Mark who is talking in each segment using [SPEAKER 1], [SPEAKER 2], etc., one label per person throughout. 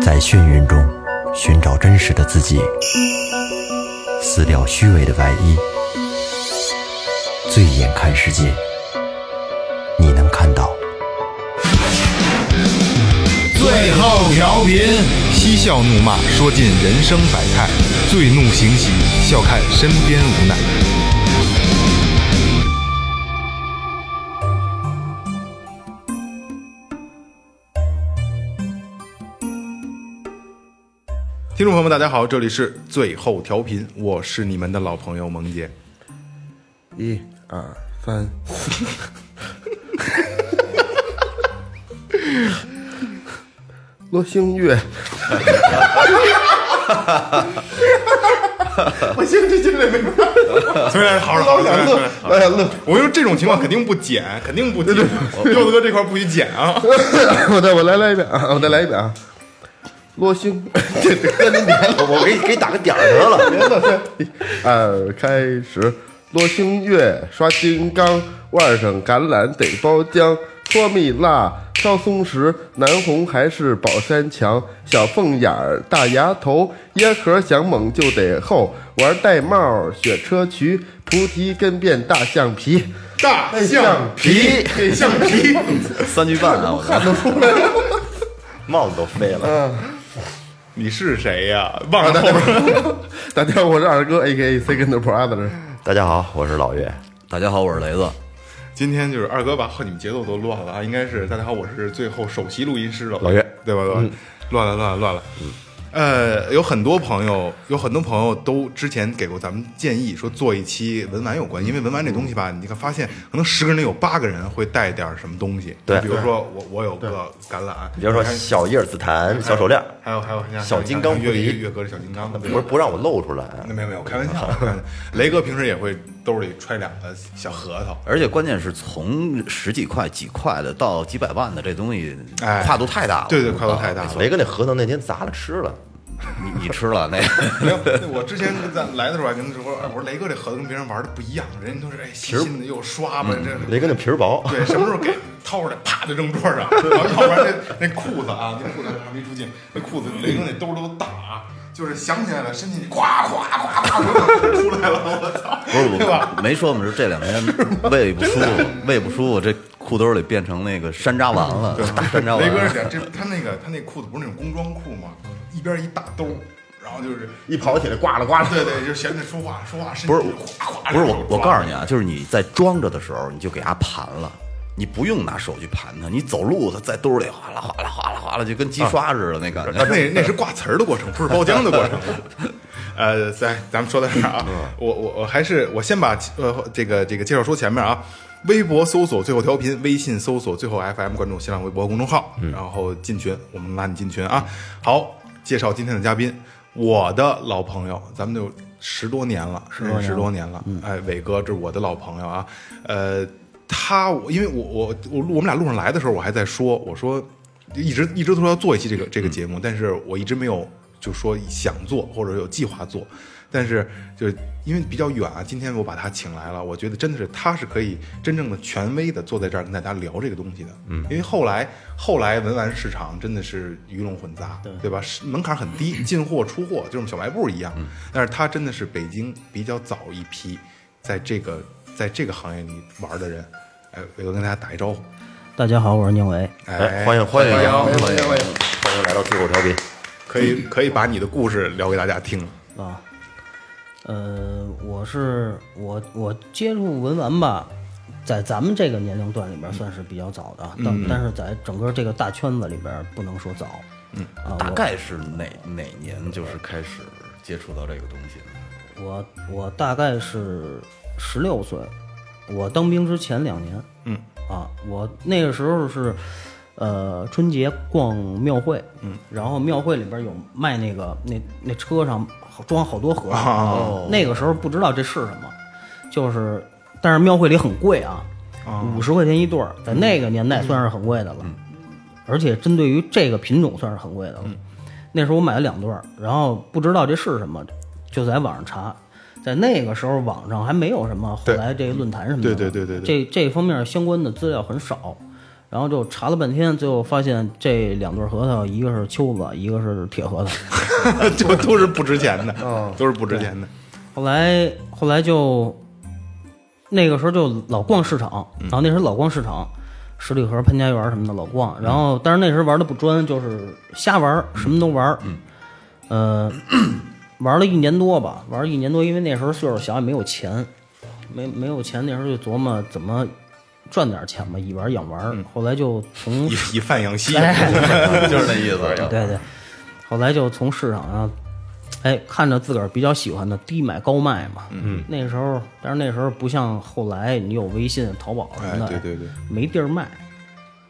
[SPEAKER 1] 在眩晕中寻找真实的自己，撕掉虚伪的外衣，醉眼看世界，你能看到。
[SPEAKER 2] 最后调频，
[SPEAKER 3] 嬉笑怒骂，说尽人生百态；醉怒行喜，笑看身边无奈。听众朋友们，大家好，这里是最后调频，我是你们的老朋友萌姐。
[SPEAKER 4] 一二三， 罗星月，
[SPEAKER 2] 我现在这进来没法，重来，好好好，重来，重来。
[SPEAKER 4] 哎呀乐，
[SPEAKER 2] 我用这种情况肯定不剪，肯定不 剪。柚子哥这块不许剪啊！
[SPEAKER 4] 我再我来来一遍啊，我再来一遍啊，罗星， 这哥您别了，
[SPEAKER 5] 我给给打个点儿得 了。
[SPEAKER 4] 别了，这二开始，罗星月刷金刚，腕上橄榄得包浆，搓蜜蜡。烧松石，南红还是宝山强，小凤眼儿，大牙头，椰壳想猛就得厚，玩戴帽，雪车渠，菩提根变大象皮，
[SPEAKER 2] 大象皮，象皮，
[SPEAKER 5] 三句半呢，我看得出来，帽子都飞了。
[SPEAKER 2] 你是谁呀？忘了后
[SPEAKER 5] 啊
[SPEAKER 2] 边。
[SPEAKER 4] 大家好，我是二哥，A K A Second Brother。
[SPEAKER 5] 大家好，我是老岳。
[SPEAKER 6] 大家好，我是雷子。
[SPEAKER 2] 今天就是二哥把和你们节奏都乱了啊！应该是大家好，我是最后首席录音师了，
[SPEAKER 5] 老岳嗯
[SPEAKER 2] 对吧？对吧？乱了，乱了，乱了。呃，有很多朋友，有很多朋友都之前给过咱们建议，说做一期文玩有
[SPEAKER 5] 嗯
[SPEAKER 2] 关，因为文玩这东西吧，你看发现可能十个人有八个人会带点什么东西，
[SPEAKER 5] 对
[SPEAKER 2] 比如说我我有个橄榄，
[SPEAKER 5] 比如说小叶紫檀、小手链，
[SPEAKER 2] 还有还有像
[SPEAKER 5] 小金刚
[SPEAKER 2] 像像
[SPEAKER 5] 菩
[SPEAKER 2] 岳
[SPEAKER 5] 提
[SPEAKER 2] 岳岳哥是小金刚的，对
[SPEAKER 5] 不是不让我露出来。
[SPEAKER 2] 那没有没有，开玩 笑。开玩笑雷哥平时也会兜里揣两个小核桃，
[SPEAKER 6] 而且关键是从十几块、几块的到几百万的这东西
[SPEAKER 2] 哎，
[SPEAKER 6] 跨度太大了。
[SPEAKER 2] 对对，跨度太大了。
[SPEAKER 5] 雷哥那核桃那天砸了吃了，
[SPEAKER 6] 你你吃了那个
[SPEAKER 2] 没有，那我之前在来的时候还跟他说，哎我说雷哥这盒子跟别人玩的不一样，人家都是 哎细心的又刷吧，这
[SPEAKER 5] 雷哥那皮儿薄，
[SPEAKER 2] 对什么时候给掏出来，啪就扔桌 上，然后要不然那那裤子啊，那裤子还没出镜，那裤子雷哥那兜都大啊，就是想起来了伸进去，咵咵咵咵出来了，我操，
[SPEAKER 6] 不是
[SPEAKER 2] 对吧？
[SPEAKER 6] 我没说嘛，是这两天胃不舒服，胃不舒服，这裤兜里变成那个山楂丸了，大山楂
[SPEAKER 2] 雷哥
[SPEAKER 6] 丸
[SPEAKER 2] 是。这样，这他那个他那裤子不是那种工装裤吗？一边一大兜，然后就是
[SPEAKER 4] 一跑起来，呱啦呱啦。
[SPEAKER 2] 对对，就闲着说话说话，伸
[SPEAKER 6] 不是
[SPEAKER 2] 进去咵咵
[SPEAKER 6] 不是
[SPEAKER 2] 就
[SPEAKER 6] 我，我
[SPEAKER 2] 抓
[SPEAKER 6] 告诉你啊，就是你在装着的时候，你就给它盘了。你不用拿手去盘它，你走路它在兜里哗啦哗啦哗啦哗啦，就跟鸡刷似的那感觉。
[SPEAKER 2] 啊那那是挂词儿的过程，不是包浆的过程。呃，在咱们说到这儿啊，我我我还是我先把呃这个这个介绍说前面啊。微博搜索最后调频，微信搜索最后 FM，关注新浪微博公众号，然后进群，我们拉你进群啊。好，介绍今天的嘉宾，我的老朋友，咱们有十多年了，十多十多年了。哎，伟哥，这是我的老朋友啊。呃，他我因为我我我我们俩路上来的时候，我还在说，我说一直一直都说要做一期这个这个节目，但是我一直没有就说想做或者有计划做，但是就因为比较远啊，今天我把他请来了，我觉得真的是他是可以真正的权威的坐在这儿跟大家聊这个东西的，嗯，因为后来后来文玩市场真的是鱼龙混杂，对吧？是门槛很 低，进货出货就这种小卖部一样，但是他真的是北京比较早一批在这个在这个行业里玩的人，哎，伟哥跟大家打一招呼，
[SPEAKER 7] 大家好，我是宁伟。
[SPEAKER 2] 哎，
[SPEAKER 5] 欢迎欢迎
[SPEAKER 2] 欢迎
[SPEAKER 5] 欢迎欢迎来到最后调频。
[SPEAKER 6] 啊
[SPEAKER 2] 可 以可以把你的故事聊给大家听 了。
[SPEAKER 7] 啊，呃，我是我我接触文玩吧，在咱们这个年龄段里边算是比较早的，但但是在整个这个大圈子里边不能说早。嗯，啊，
[SPEAKER 6] 大概是哪哪年就是开始接触到这个东西呢？
[SPEAKER 7] 我我大概是十六岁，我当兵之前两年。嗯，啊，我那个时候是，呃，春节逛庙会，嗯，然后庙会里边有卖那个那那车上好装好多盒，哦，那个时候不知道这是什么，就是但是庙会里很贵啊，嗯五十、块钱一对儿，在那个年代算是很贵的了。而且针对于这个品种算是很贵的了。
[SPEAKER 2] 嗯
[SPEAKER 7] 那时候我买了两对儿，然后不知道这是什么，就在网上查。在那个时候，网上还没有什么后来这个论坛什么的，
[SPEAKER 2] 对对对对
[SPEAKER 7] 这这方面相关的资料很少。然后就查了半天，最后发现这两对核桃，一个是秋子，一个是铁核桃。
[SPEAKER 2] 就都是不值钱的，
[SPEAKER 7] 哦
[SPEAKER 2] 都是不值钱的。
[SPEAKER 7] 后来后来就那个时候就老逛市场，
[SPEAKER 2] 嗯
[SPEAKER 7] 然后那时候老逛市场，十里河、潘家园什么的老逛。然后但是那时候玩的不专，就是瞎玩儿，什么都玩。嗯，呃， 玩了一年多吧，玩了一年多，因为那时候岁数小也没有钱，没没有钱，那时候就琢磨怎么赚点钱吧，以玩养玩儿。后来就
[SPEAKER 2] 嗯
[SPEAKER 7] 从
[SPEAKER 2] 以以贩养吸，
[SPEAKER 7] 哎
[SPEAKER 6] 就是那意
[SPEAKER 2] 嗯
[SPEAKER 6] 思。啊
[SPEAKER 7] 对对，后来就从市场上，哎，看着自个儿比较喜欢的，低买高卖嘛。嗯，那时候，但是那时候不像后来你有微信、淘宝什么的，
[SPEAKER 2] 哎对对对，
[SPEAKER 7] 没地儿卖。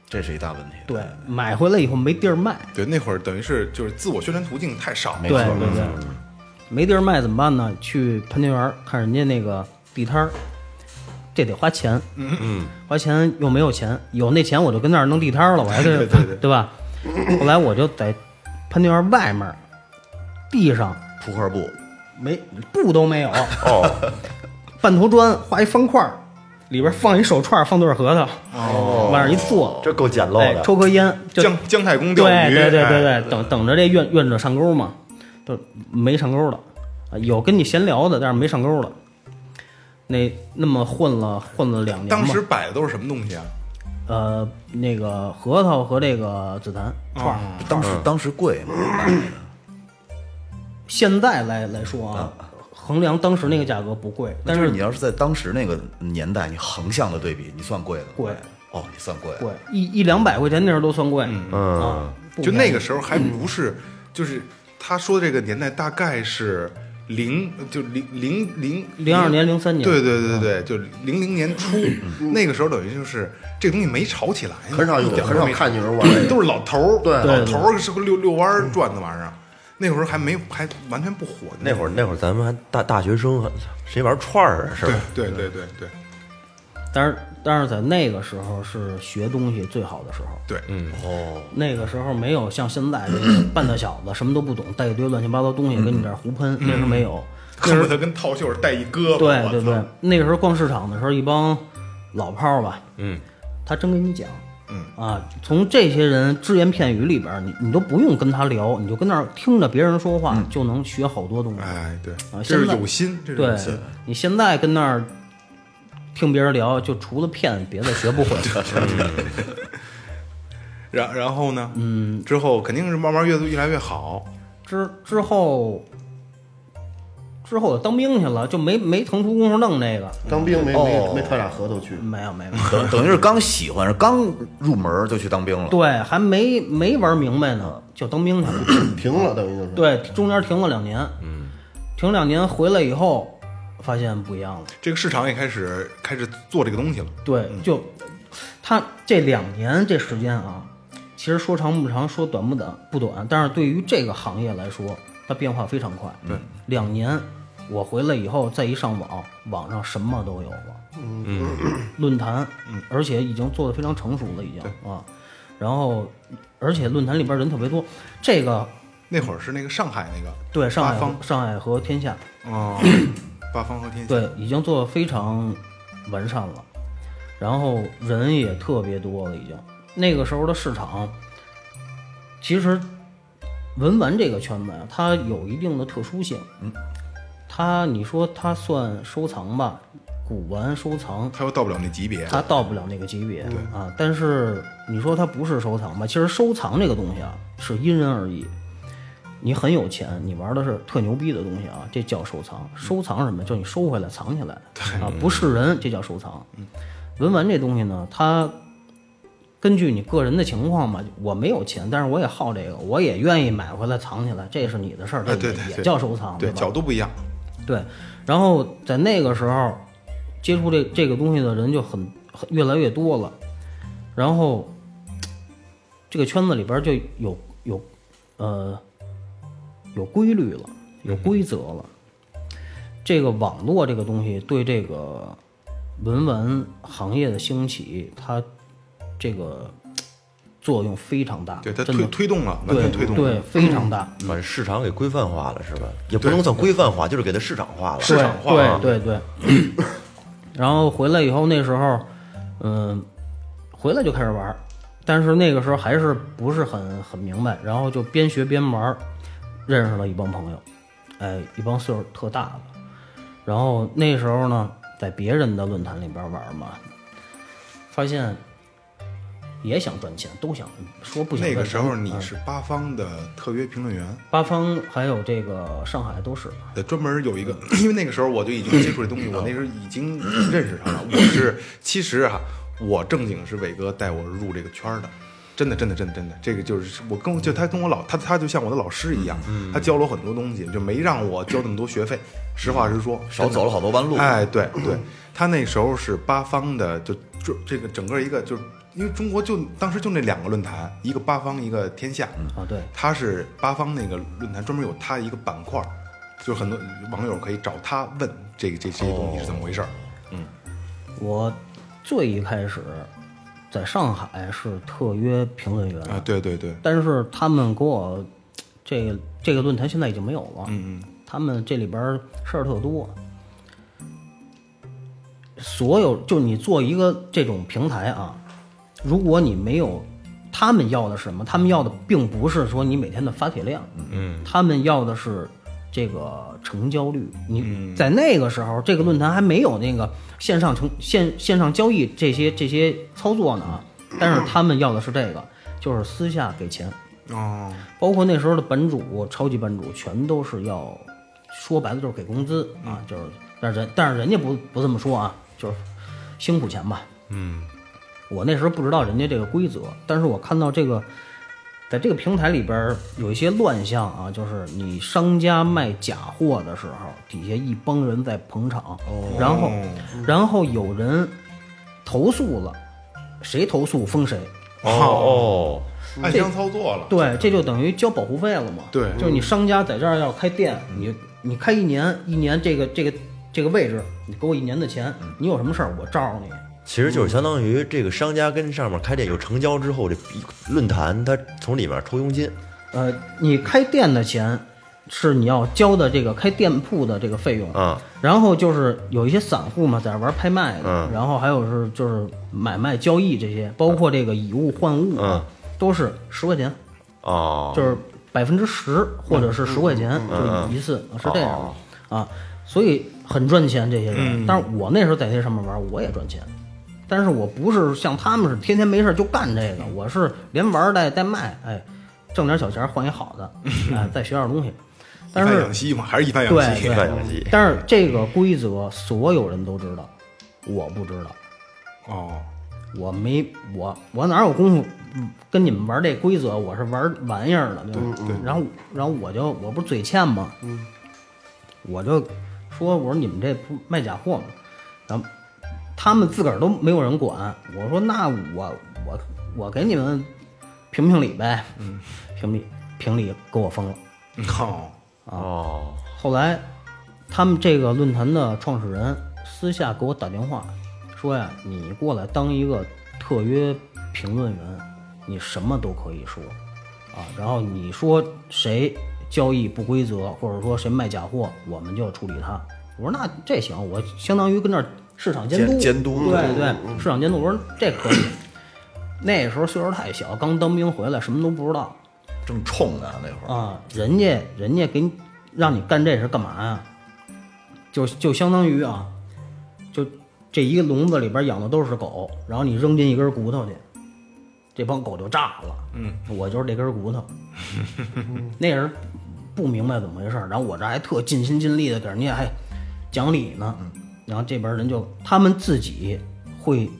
[SPEAKER 6] 这是一大问题。
[SPEAKER 7] 对，买回来以后没地儿卖，
[SPEAKER 2] 对，那会儿等于是就是自我宣传途径太少，
[SPEAKER 7] 对对对，没地儿卖怎么办呢？去潘家园儿看人家那个地摊儿，这得花钱。嗯嗯，花钱又没有钱，有那钱我就跟那儿弄地摊儿了，我还
[SPEAKER 2] 对
[SPEAKER 7] 得
[SPEAKER 2] 对对
[SPEAKER 7] 吧？后来我就在潘家园儿外面儿地上
[SPEAKER 6] 扑克布，
[SPEAKER 7] 没布都没有哦， 半头砖画一方块儿，里边放一手串儿，放对儿核桃，哦，往那儿一坐，
[SPEAKER 5] 这够简陋
[SPEAKER 7] 哎，
[SPEAKER 5] 的。
[SPEAKER 7] 抽颗烟，就
[SPEAKER 2] 姜姜太公钓鱼，
[SPEAKER 7] 对对对
[SPEAKER 2] 哎
[SPEAKER 7] 对对，等等着这愿愿者上钩嘛，都没上钩的，啊有跟你闲聊的，但是没上钩的。那那么混了混了两年嘛，
[SPEAKER 2] 当时摆的都是什么东西啊？
[SPEAKER 7] 呃，那个核桃和这个紫檀啊串儿，
[SPEAKER 6] 当时当时贵嘛，
[SPEAKER 7] 现在来来说啊，衡量当时那个价格不贵，但
[SPEAKER 6] 就是你要是在当时那个年代，你横向的对比，你算贵的。
[SPEAKER 7] 贵
[SPEAKER 6] 哦，你算贵。
[SPEAKER 7] 贵一一两百块钱那时候都算贵，嗯啊，不嗯
[SPEAKER 2] 就
[SPEAKER 7] 便宜
[SPEAKER 2] 那个时候还不是，就是他说的这个年代大概是零，就零零零
[SPEAKER 7] 零二年、零三年，嗯
[SPEAKER 2] 对对对对对，就零零年 初，那个时候等于就是这东西没炒起来，
[SPEAKER 4] 很少有
[SPEAKER 2] 一点都
[SPEAKER 4] 很少
[SPEAKER 2] 没
[SPEAKER 4] 看见有人玩这个
[SPEAKER 2] 都是老头儿，
[SPEAKER 4] 对
[SPEAKER 2] 老头儿是个遛遛弯儿转的玩意儿，那会儿还没还完全不火，
[SPEAKER 5] 那会儿那会儿咱们还大大学生，还谁玩串儿啊？是吧
[SPEAKER 2] 对？对对对对
[SPEAKER 7] 但是但是在那个时候是学东西最好的时候，
[SPEAKER 2] 对，嗯，
[SPEAKER 7] 那个时候没有像现在这个半大小子什么都不懂，带一堆乱七八糟东西跟你这儿胡喷，那时候没有。
[SPEAKER 2] 恨不得跟套袖儿带一胳膊，
[SPEAKER 7] 对
[SPEAKER 2] 我
[SPEAKER 7] 对
[SPEAKER 2] 操
[SPEAKER 7] 对，那个时候逛市场的时候，一帮老炮儿吧，嗯，他真跟你讲，嗯啊，从这些人只言片语里边儿，你你都不用跟他聊，你就跟那儿听着别人说话，就能学好多东西。
[SPEAKER 2] 哎对
[SPEAKER 7] 啊，
[SPEAKER 2] 这是
[SPEAKER 7] 现在
[SPEAKER 2] 有心，这是有
[SPEAKER 7] 对
[SPEAKER 2] 心，
[SPEAKER 7] 你现在跟那儿听别人聊，就除了骗，别的学 不会。
[SPEAKER 2] 然然后呢，嗯，之后肯定是慢慢越越来越好，
[SPEAKER 7] 之之后，之后我当兵去了，就没没腾出功夫弄这个。
[SPEAKER 4] 当兵没
[SPEAKER 5] 哦
[SPEAKER 4] 没没揣俩核桃去，
[SPEAKER 7] 没有 没有，
[SPEAKER 6] 等等于是刚喜欢，刚入门就去当兵了。
[SPEAKER 7] 对，还没没玩明白呢，就当兵去
[SPEAKER 2] 嗯
[SPEAKER 7] 了。
[SPEAKER 4] 停了等于就是。
[SPEAKER 7] 对，中间停了两年，嗯，停两年回来以后，发现不一样了。
[SPEAKER 2] 这个市场也开始开始做这个东西了，
[SPEAKER 7] 对，就他这两年这时间啊，其实说长不长，说短不短不短，但是对于这个行业来说，它变化非常快。对，两年我回来以后再一上网，网上什么都有了，嗯， 论坛，而且已经做的非常成熟了，已经啊，然后而且论坛里边人特别多，这个
[SPEAKER 2] 那会儿是那个上海那个
[SPEAKER 7] 对上海
[SPEAKER 2] 八方
[SPEAKER 7] 上海和天下，
[SPEAKER 2] 哦，八方和天下，
[SPEAKER 7] 嗯对，已经做得非常完善了，然后人也特别多了，已经。那个时候的市场，其实文玩这个圈子呀，它有一定的特殊性。嗯，它你说它算收藏吧，古玩收藏，
[SPEAKER 2] 他又到不了那级别，
[SPEAKER 7] 它到不了那个级别啊。但是你说它不是收藏吧？其实收藏这个东西啊，是因人而异。你很有钱，你玩的是特牛逼的东西啊，这叫收藏。收藏是什么？就是你收回来藏起来啊，不是人，这叫收藏。文玩这东西呢，它根据你个人的情况吧，我没有钱，但是我也好这个，我也愿意买回来藏起来，这是你的事儿，这
[SPEAKER 2] 哎对
[SPEAKER 7] 也
[SPEAKER 2] 对
[SPEAKER 7] 也
[SPEAKER 2] 对
[SPEAKER 7] 叫收藏，
[SPEAKER 2] 对，
[SPEAKER 7] 吧？
[SPEAKER 2] 角度不一样，
[SPEAKER 7] 对，然后在那个时候接触这这个东西的人就很很越来越多了，然后这个圈子里边就有有呃有规律了，有规则了。这个网络这个东西对这个文玩行业的兴起，它这个作用非常大，
[SPEAKER 2] 对他
[SPEAKER 7] 真
[SPEAKER 2] 推
[SPEAKER 7] 的
[SPEAKER 2] 推动了，完
[SPEAKER 7] 对
[SPEAKER 2] 全推动了，
[SPEAKER 7] 对非常大。
[SPEAKER 5] 把这市场给规范化了，是吧？也不能算规范化，就是给它市场化了。
[SPEAKER 7] 对
[SPEAKER 2] 啊
[SPEAKER 7] 对对对。然后回来以后，那时候，嗯，回来就开始玩儿，但是那个时候还是不是很很明白，然后就边学边玩儿，认识了一帮朋友，哎，一帮岁数特大的。然后那时候呢，在别人的论坛里边玩儿嘛，发现也想赚钱，都想说不想
[SPEAKER 2] 那个
[SPEAKER 7] 赚
[SPEAKER 2] 时
[SPEAKER 7] 钱
[SPEAKER 2] 候你
[SPEAKER 7] 嗯
[SPEAKER 2] 是八方的特约评论员，
[SPEAKER 7] 八方还有这个上海都是，
[SPEAKER 2] 呃，专门有一个，因为那个时候我就已经接触这东西，我那时候已经认识他了。我是其实啊，我正经是伟哥带我入这个圈儿的，真的，真的，真的，真的，这个就是我跟我就他跟我老他他就像我的老师一样，
[SPEAKER 6] 嗯
[SPEAKER 2] 他教了我很多东西，就没让我交那么多学费。实话实说，
[SPEAKER 6] 嗯少走了好多弯路。
[SPEAKER 2] 哎，对对，他那时候是八方的，就就这个整个一个就是。因为中国就当时就那两个论坛，一个八方，一个天下。
[SPEAKER 7] 啊对
[SPEAKER 2] 他是八方那个论坛专门有他一个板块儿，就是很多网友可以找他问这个这这些东西是怎么回事儿。
[SPEAKER 7] 我最一开始在上海是特约评论员，
[SPEAKER 2] 啊，对对对，
[SPEAKER 7] 但是他们给我这个这个论坛现在已经没有了，嗯嗯，他们这里边儿事儿特多，所有就你做一个这种平台啊，如果你没有他们要的是什么，他们要的并不是说你每天的发帖量，嗯，他们要的是这个成交率。你在那个时候，这个论坛还没有那个线上成线线上交易这些这些操作呢，啊，但是他们要的是这个，就是私下给钱。
[SPEAKER 2] 哦，
[SPEAKER 7] 包括那时候的版主、超级版主，全都是要说白了就是给工资啊，就是但是人但是人家不不这么说啊，就是辛苦钱吧。嗯，我那时候不知道人家这个规则，但是我看到这个在这个平台里边儿有一些乱象啊，就是你商家卖假货的时候，底下一帮人在捧场，然后然后有人投诉了，谁投诉封谁。
[SPEAKER 5] 哦，
[SPEAKER 2] 暗箱操作了。
[SPEAKER 7] 对，这就等于交保护费了嘛。
[SPEAKER 2] 对
[SPEAKER 7] 就是你商家在这儿要开店，你你开一年，一年这个这个这个位置，你给我一年的钱，
[SPEAKER 8] 嗯
[SPEAKER 7] 你有什么事儿我罩着你。
[SPEAKER 8] 其实就是相当于这个商家跟上面开店有成交之后，这论坛他从里面抽佣金。
[SPEAKER 7] 呃，你开店的钱是你要交的这个开店铺的这个费用
[SPEAKER 8] 嗯，
[SPEAKER 7] 然后就是有一些散户嘛，在这玩拍卖的，
[SPEAKER 8] 嗯
[SPEAKER 7] 然后还有是就是买卖交易这些，包括这个以物换物，
[SPEAKER 8] 嗯，
[SPEAKER 7] 都是十块钱，
[SPEAKER 8] 哦，
[SPEAKER 7] 就是百分之十或者是十块钱，就一次、是这样的、啊，所以很赚钱这些人。但是我那时候在那上面玩，我也赚钱，但是我不是像他们是天天没事就干这个，我是连玩儿带带卖，哎，挣点小钱换一好的，哎，再学点东西。但
[SPEAKER 2] 一
[SPEAKER 7] 是
[SPEAKER 2] 饭养息嘛，还是一饭养
[SPEAKER 7] 对
[SPEAKER 2] 息。
[SPEAKER 8] 万有机
[SPEAKER 7] 对，但是这个规则所有人都知道，我不知道。
[SPEAKER 2] 哦，
[SPEAKER 7] 我没我我哪有功夫嗯跟你们玩这规则？我是玩玩意儿的，对吧？然后然后我就我不是嘴欠吗？我就说我说你们这不卖假货吗？然后他们自个儿都没有人管，我说那我我我给你们评评理呗，嗯评理评理给我封了。
[SPEAKER 2] 哦，
[SPEAKER 8] 哦，
[SPEAKER 7] 后来，他们这个论坛的创始人私下给我打电话，说呀，你过来当一个特约评论员，你什么都可以说，啊，然后你说谁交易不规则，或者说谁卖假货，我们就处理他。我说那这行，我相当于跟这儿市场监督
[SPEAKER 6] 监监督嗯
[SPEAKER 7] 对对，市场监督。我说这可以。那时候岁数太小，刚当兵回来，什么都不知道。
[SPEAKER 6] 正冲呢那会儿，
[SPEAKER 7] 啊，人家人家给你让你干这事干嘛呀？就就相当于啊，就这一个笼子里边养的都是狗，然后你扔进一根骨头去，这帮狗就炸了。嗯，我就是这根骨头。那人不明白怎么回事儿，然后我这还特尽心尽力的给人家还讲理呢。然后这边人就他们自己会，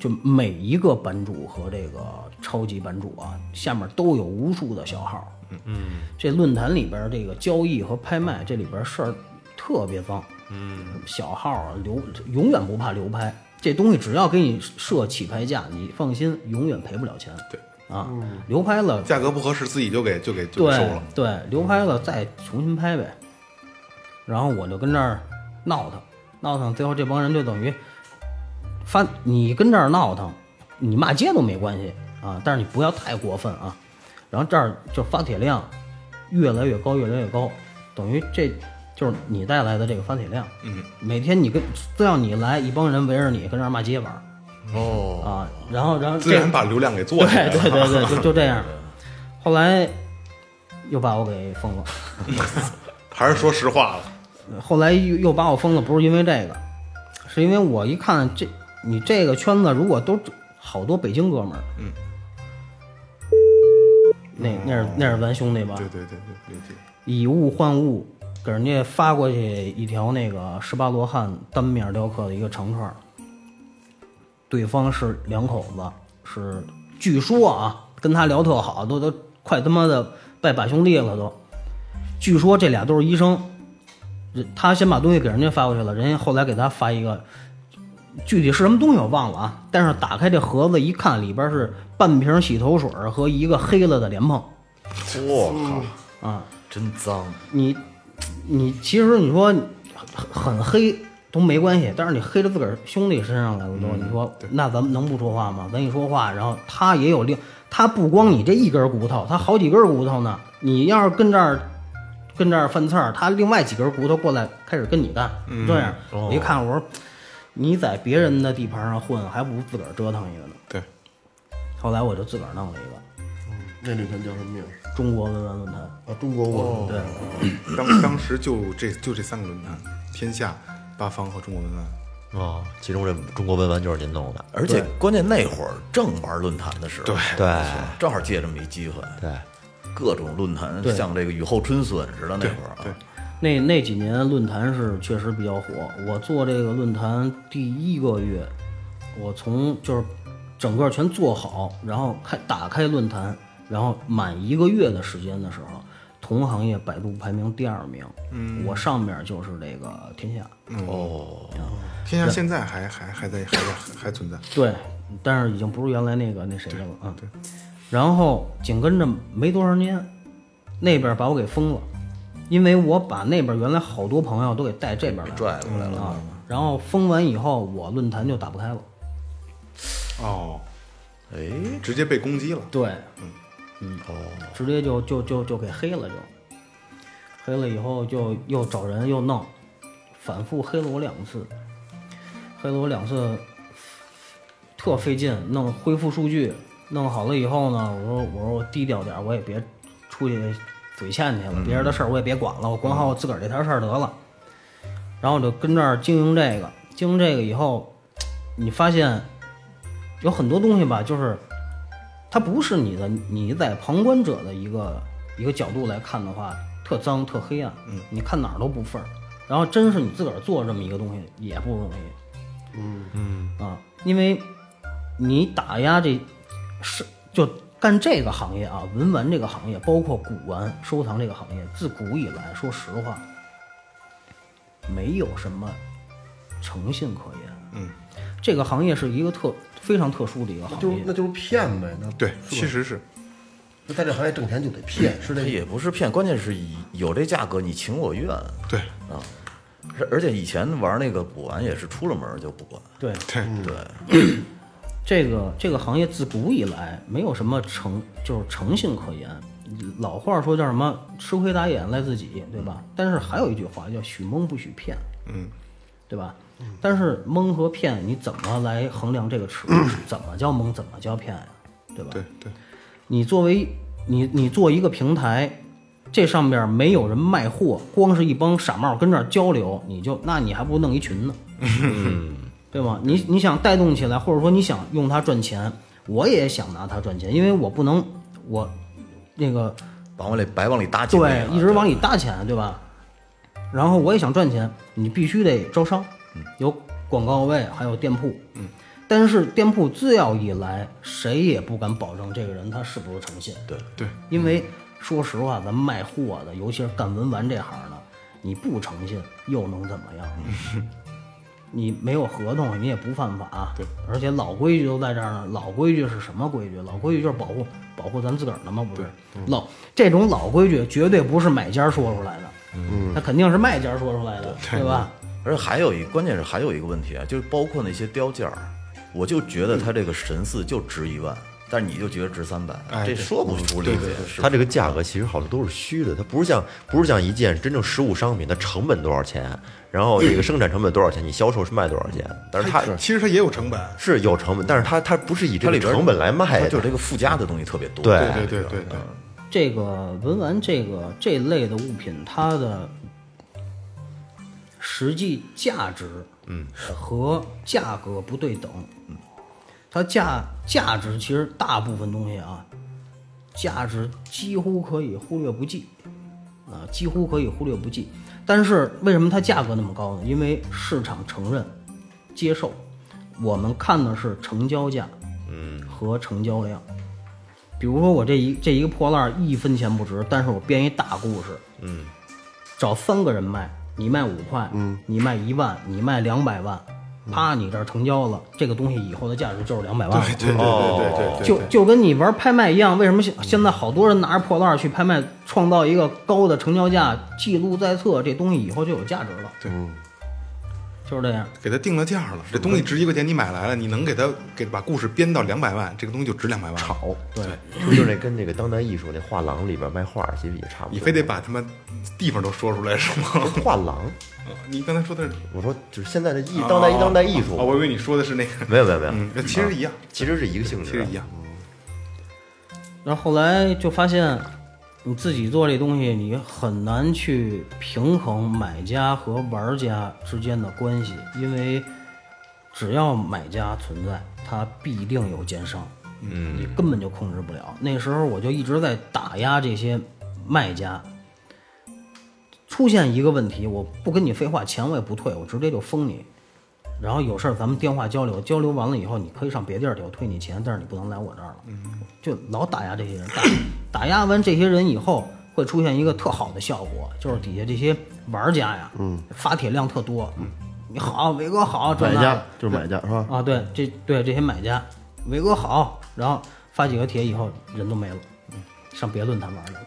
[SPEAKER 7] 就每一个版主和这个超级版主啊，下面都有无数的小号。嗯嗯，这论坛里边这个交易和拍卖这里边事儿特别脏。嗯，小号啊流永远不怕流拍，这东西只要给你设起拍价，你放心，永远赔不了钱。
[SPEAKER 2] 对
[SPEAKER 7] 啊，流拍了
[SPEAKER 2] 价格不合适，自己就给就给就给
[SPEAKER 7] 对
[SPEAKER 2] 收了。
[SPEAKER 7] 对，流拍了再重新拍呗。然后我就跟这儿闹腾，闹腾，最后这帮人就等于发你跟这儿闹腾，你骂街都没关系啊，但是你不要太过分啊。然后这儿就发帖量越来越高，越来越高，等于这就是你带来的这个发帖量。嗯，每天你跟只要你来，一帮人围着你跟这儿骂街玩儿，
[SPEAKER 2] 哦，
[SPEAKER 7] 啊，然后然后
[SPEAKER 2] 自
[SPEAKER 7] 这
[SPEAKER 2] 然把流量给做
[SPEAKER 7] 对
[SPEAKER 2] 起来了。
[SPEAKER 7] 对对对，就就这样。后来又把我给封了，
[SPEAKER 2] 还是说实话了，
[SPEAKER 7] 后来又又把我封了，不是因为这个，是因为我一看这你这个圈子，如果都好多北京哥们儿，嗯，那那是那是咱兄弟吧？
[SPEAKER 2] 对对对对，理解。
[SPEAKER 7] 以物换物，给人家发过去一条那个十八罗汉单面雕刻的一个长串儿，对方是两口子，是据说啊，跟他聊特好，都都快他妈的拜把兄弟了都。据说这俩都是医生，人他先把东西给人家发过去了，人家后来给他发一个，具体是什么东西我忘了啊。但是打开这盒子一看，里边是半瓶洗头水儿和一个黑了的莲蓬。
[SPEAKER 6] 真脏，
[SPEAKER 7] 你你其实你说很很黑都没关系，但是你黑到自个儿兄弟身上来了，都、你说那咱们能不说话吗？咱一说话，然后他也有另，他不光你这一根骨头，他好几根骨头呢。你要是跟这儿跟这儿犯刺儿，他另外几根骨头过来开始跟你干，这样、我一看我说你在别人的地盘上混，还不如自个儿折腾一个呢。
[SPEAKER 2] 对，
[SPEAKER 7] 后来我就自个儿弄了一个
[SPEAKER 4] 那论坛叫什么名？
[SPEAKER 7] 中国文玩论坛，
[SPEAKER 4] 啊，中国文。
[SPEAKER 7] 对。
[SPEAKER 2] 当当时就这就这三个论坛，天下、八方和中国文案。
[SPEAKER 8] 哦，其中这中国文玩就是您弄的，
[SPEAKER 6] 而且关键那会儿正玩论坛的时候，
[SPEAKER 2] 对
[SPEAKER 8] 对
[SPEAKER 6] 正好借这么一机会，
[SPEAKER 8] 对，
[SPEAKER 6] 各种论坛
[SPEAKER 7] 对
[SPEAKER 6] 像这个雨后春笋似的那会儿，啊
[SPEAKER 2] 对，
[SPEAKER 7] 那那几年论坛是确实比较火。我做这个论坛第一个月，我从就是整个全做好，然后开打开论坛，然后满一个月的时间的时候，同行业百度排名第二名，嗯，我上面就是这个天下，
[SPEAKER 2] 天下现在还还还在还在还存在。
[SPEAKER 7] 对，但是已经不是原来那个那谁的了啊。对。然后紧跟着没多长时间，那边把我给封了，因为我把那边原来好多朋友都给带这边来了
[SPEAKER 6] 拽过来了。
[SPEAKER 7] 啊。然后封完以后，我论坛就打不开了。
[SPEAKER 2] 哦，
[SPEAKER 6] 哎，
[SPEAKER 2] 直接被攻击了。
[SPEAKER 7] 对，嗯哦，直接就就就就给黑了就，黑了以后就又找人又弄，反复黑了我两次，黑了我两次，特费劲，弄恢复数据，弄好了以后呢，我说我说我低调点儿，我也别出去嘴欠去了，别人的事儿我也别管了，我管好我自个儿这摊事儿得了。然后我就跟这儿经营这个，经营这个以后，你发现有很多东西吧，就是它不是你的，你在旁观者的一个一个角度来看的话，特脏特黑暗，嗯，你看哪儿都不份儿。然后真是你自个儿做这么一个东西也不容易，嗯嗯啊，因为你打压这是就干这个行业啊，文玩这个行业，包括古玩收藏这个行业，自古以来，说实话，没有什么诚信可言，嗯，这个行业是一个特非常特殊的一个行业，
[SPEAKER 4] 就是那就是骗呗，那
[SPEAKER 2] 对，
[SPEAKER 4] 是吧
[SPEAKER 2] 其实是
[SPEAKER 4] 那在这行业挣钱就得骗，是
[SPEAKER 6] 他
[SPEAKER 4] 这意思。
[SPEAKER 6] 也不是骗，关键是以有这价格你情我愿。啊
[SPEAKER 2] 对
[SPEAKER 6] 而而且以前玩那个补完也是出了门儿就补完，
[SPEAKER 7] 对，
[SPEAKER 2] 对
[SPEAKER 7] 这个这个行业自古以来没有什么诚，就是诚信可言。老话说叫什么“吃亏打眼赖自己”，对吧？但是还有一句话叫“许蒙不许骗”，嗯，对吧？但是蒙和骗你怎么来衡量这个尺 度？怎么叫蒙？怎么叫骗呀？对吧？
[SPEAKER 2] 对对，
[SPEAKER 7] 你作为你你做一个平台，这上边没有人卖货，光是一帮傻帽跟这儿交流，你就那你还不如弄一群呢， 对吗？你你想带动起来，或者说你想用它赚钱，我也想拿它赚钱，因为我不能我那个
[SPEAKER 6] 往往里白往里搭钱
[SPEAKER 7] 对
[SPEAKER 6] 啊，
[SPEAKER 7] 一直往里搭钱，对吧？然后我也想赚钱，你必须得招商，有广告位，还有店铺。嗯，但是店铺自要一来，谁也不敢保证这个人他是不是诚信。对嗯
[SPEAKER 2] 对，
[SPEAKER 7] 因为说实话，咱卖货的，尤其是干文玩这行的，你不诚信又能怎么样？你没有合同，你也不犯法。对，而且老规矩都在这儿呢。老规矩是什么规矩？老规矩就是保护保护咱自个儿的嘛，不是？老这种老规矩绝对不是买家说出来的，嗯，那肯定是卖家说出来的，对吧？
[SPEAKER 6] 而且还有一关键是还有一个问题啊，就是包括那些雕件儿，我就觉得他这个神似就值一万，但是你就觉得值三百
[SPEAKER 2] 哎，
[SPEAKER 6] 这
[SPEAKER 2] 对
[SPEAKER 6] 说不出理
[SPEAKER 2] 对
[SPEAKER 6] 解
[SPEAKER 2] 对。
[SPEAKER 6] 是吧
[SPEAKER 8] 它这个价格其实好多都是虚的，它不是像不是像一件真正实物商品，它成本多少钱，然后这个生产成本多少钱，你销售是卖多少钱，但是它
[SPEAKER 2] 其实它也有成本。
[SPEAKER 8] 是有成本，但是它它不是以
[SPEAKER 6] 它
[SPEAKER 8] 这个
[SPEAKER 6] 里边
[SPEAKER 8] 成本来卖
[SPEAKER 6] 它
[SPEAKER 8] 的，
[SPEAKER 6] 就是这个附加的东西特别多。
[SPEAKER 8] 对
[SPEAKER 2] 对对对对对，
[SPEAKER 7] 这个文玩这个这类的物品，它的实际价值，嗯，和价格不对等，嗯，它价价值其实大部分东西啊，价值几乎可以忽略不计，啊，几乎可以忽略不计。但是为什么它价格那么高呢？因为市场承认、接受，我们看的是成交价，嗯，和成交量。比如说我这一这一个破烂儿一分钱不值，但是我编一大故事，嗯，找三个人卖，你卖五块，嗯，你卖一万，你卖两百万，啪，你这儿成交了，这个东西以后的价值就是两百万了，
[SPEAKER 2] 对对对对对对，
[SPEAKER 7] 就就跟你玩拍卖一样，为什么现现在好多人拿着破烂儿去拍卖，创造一个高的成交价，记录在册，这东西以后就有价值了，
[SPEAKER 2] 对，
[SPEAKER 7] 就是这样。
[SPEAKER 2] 给它定了价嗯了。这东西值一块钱，你买来了，你能给它给把故事编到两百万，这个东西就值两百万。
[SPEAKER 8] 炒，
[SPEAKER 7] 对，
[SPEAKER 8] 就是那跟那个当代艺术那画廊里边卖画其实也差不多。
[SPEAKER 2] 你非得把他妈地方都说出来是吗？
[SPEAKER 8] 画廊，
[SPEAKER 2] 你刚才说的是
[SPEAKER 8] 我说就是现在的艺当代当代艺术
[SPEAKER 2] 啊，，哦我以为你说的是那个，
[SPEAKER 8] 没有没有没有，
[SPEAKER 2] 嗯，其实一样，
[SPEAKER 8] 其实是一个性
[SPEAKER 2] 其
[SPEAKER 8] 质，
[SPEAKER 2] 实一样。
[SPEAKER 7] 然后后来就发现，你自己做这东西，你很难去平衡买家和玩家之间的关系，因为只要买家存在，他必定有奸商，嗯，你根本就控制不了。那时候我就一直在打压这些卖家。出现一个问题，我不跟你废话，钱我也不退，我直接就封你。然后有事儿咱们电话交流，交流完了以后，你可以上别地儿去，我退你钱，但是你不能来我这儿了。就老打压这些人，打打压完这些人以后，会出现一个特好的效果，就是底下这些玩家呀，嗯，发帖量特多，嗯，你好，伟哥好，这
[SPEAKER 4] 买
[SPEAKER 7] 那
[SPEAKER 4] 家就是买家是吧？
[SPEAKER 7] 啊，对，这对这些买家，伟哥好，然后发几个帖以后，人都没了，嗯上别论坛玩去了。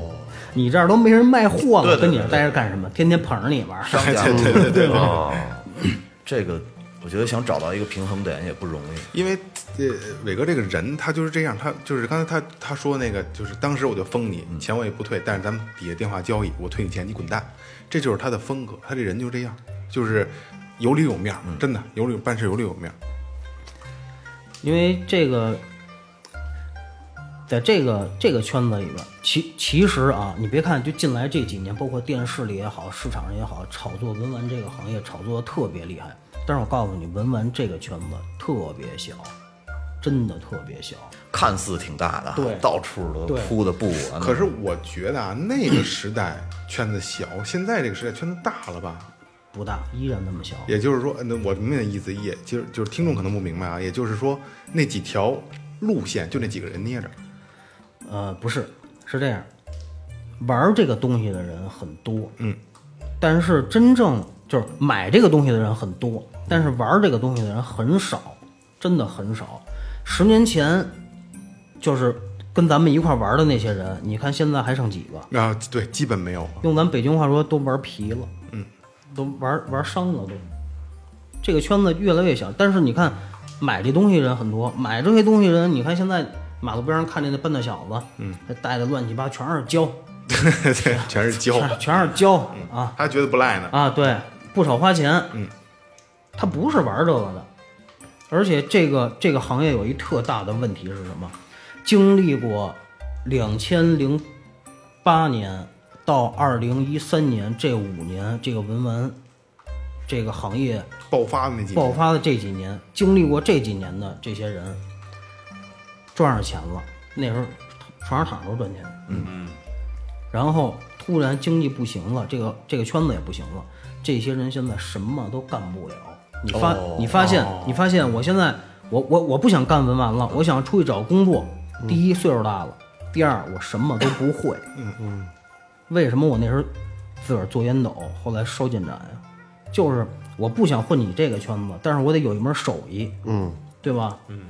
[SPEAKER 7] 哦，你这儿都没人卖货了，跟你这儿待着干什么？天天捧着你玩儿。
[SPEAKER 2] 对对对对对，
[SPEAKER 6] 这个我觉得想找到一个平衡点也不容易。
[SPEAKER 2] 因为呃，伟哥这个人他就是这样，他就是刚才他他说那个，就是当时我就封你，钱我也不退，但是咱们底下电话交易，我退你钱，你滚蛋，这就是他的风格，他这人就这样，就是有里有面儿，真的有里办事有里有面儿。
[SPEAKER 7] 因为这个，在这个这个圈子里边，其其实啊，你别看就近来这几年，包括电视里也好，市场上也好，炒作文玩这个行业炒作的特别厉害。但是我告诉你，文玩这个圈子特别小，真的特别小。
[SPEAKER 6] 看似挺大的，
[SPEAKER 7] 对
[SPEAKER 6] 到处都
[SPEAKER 7] 对
[SPEAKER 6] 铺的布啊。
[SPEAKER 2] 可是我觉得啊，那个时代圈子小，现在这个时代圈子大了吧？
[SPEAKER 7] 不大，依然那么小。
[SPEAKER 2] 也就是说，那我明白的意思，也就是就是听众可能不明白啊，也就是说那几条路线就那几个人捏着，
[SPEAKER 7] 呃，不是，是这样，玩儿这个东西的人很多，
[SPEAKER 2] 嗯，
[SPEAKER 7] 但是真正就是买这个东西的人很多，但是玩儿这个东西的人很少，真的很少。十年前，就是跟咱们一块儿玩儿的那些人，你看现在还剩几个？
[SPEAKER 2] 啊，对，基本没有 了。
[SPEAKER 7] 用咱北京话说，都玩皮了，嗯，都玩玩伤了都。这个圈子越来越小，但是你看，买这东西人很多，买这些东西人，你看现在马路边上看见那笨蛋小子，嗯，带的乱七八，全是胶，
[SPEAKER 2] 对，全是胶，
[SPEAKER 7] 全全是胶啊
[SPEAKER 2] 他觉得不赖呢。
[SPEAKER 7] 啊，对，不少花钱，嗯，他不是玩这个的，而且这个这个行业有一特大的问题是什么？经历过两千零八年到二零一三年这五年，这个文玩这个行业
[SPEAKER 2] 爆发的那几年
[SPEAKER 7] 爆发的这几年，经历过这几年的这些人，赚上钱了，那时候床上躺着都赚钱，嗯，然后突然经济不行了，这个这个圈子也不行了，这些人现在什么都干不了。你发、
[SPEAKER 2] 哦
[SPEAKER 7] 你发现你发现
[SPEAKER 2] 嗯
[SPEAKER 7] 我现在我我我不想干文玩了，我想出去找工作。
[SPEAKER 2] 嗯
[SPEAKER 7] 第一岁数大了，第二我什么都不会，嗯嗯，为什么我那时候自个儿做烟斗，后来烧建盏呀、就是我不想混你这个圈子，但是我得有一门手艺，嗯，对吧？嗯，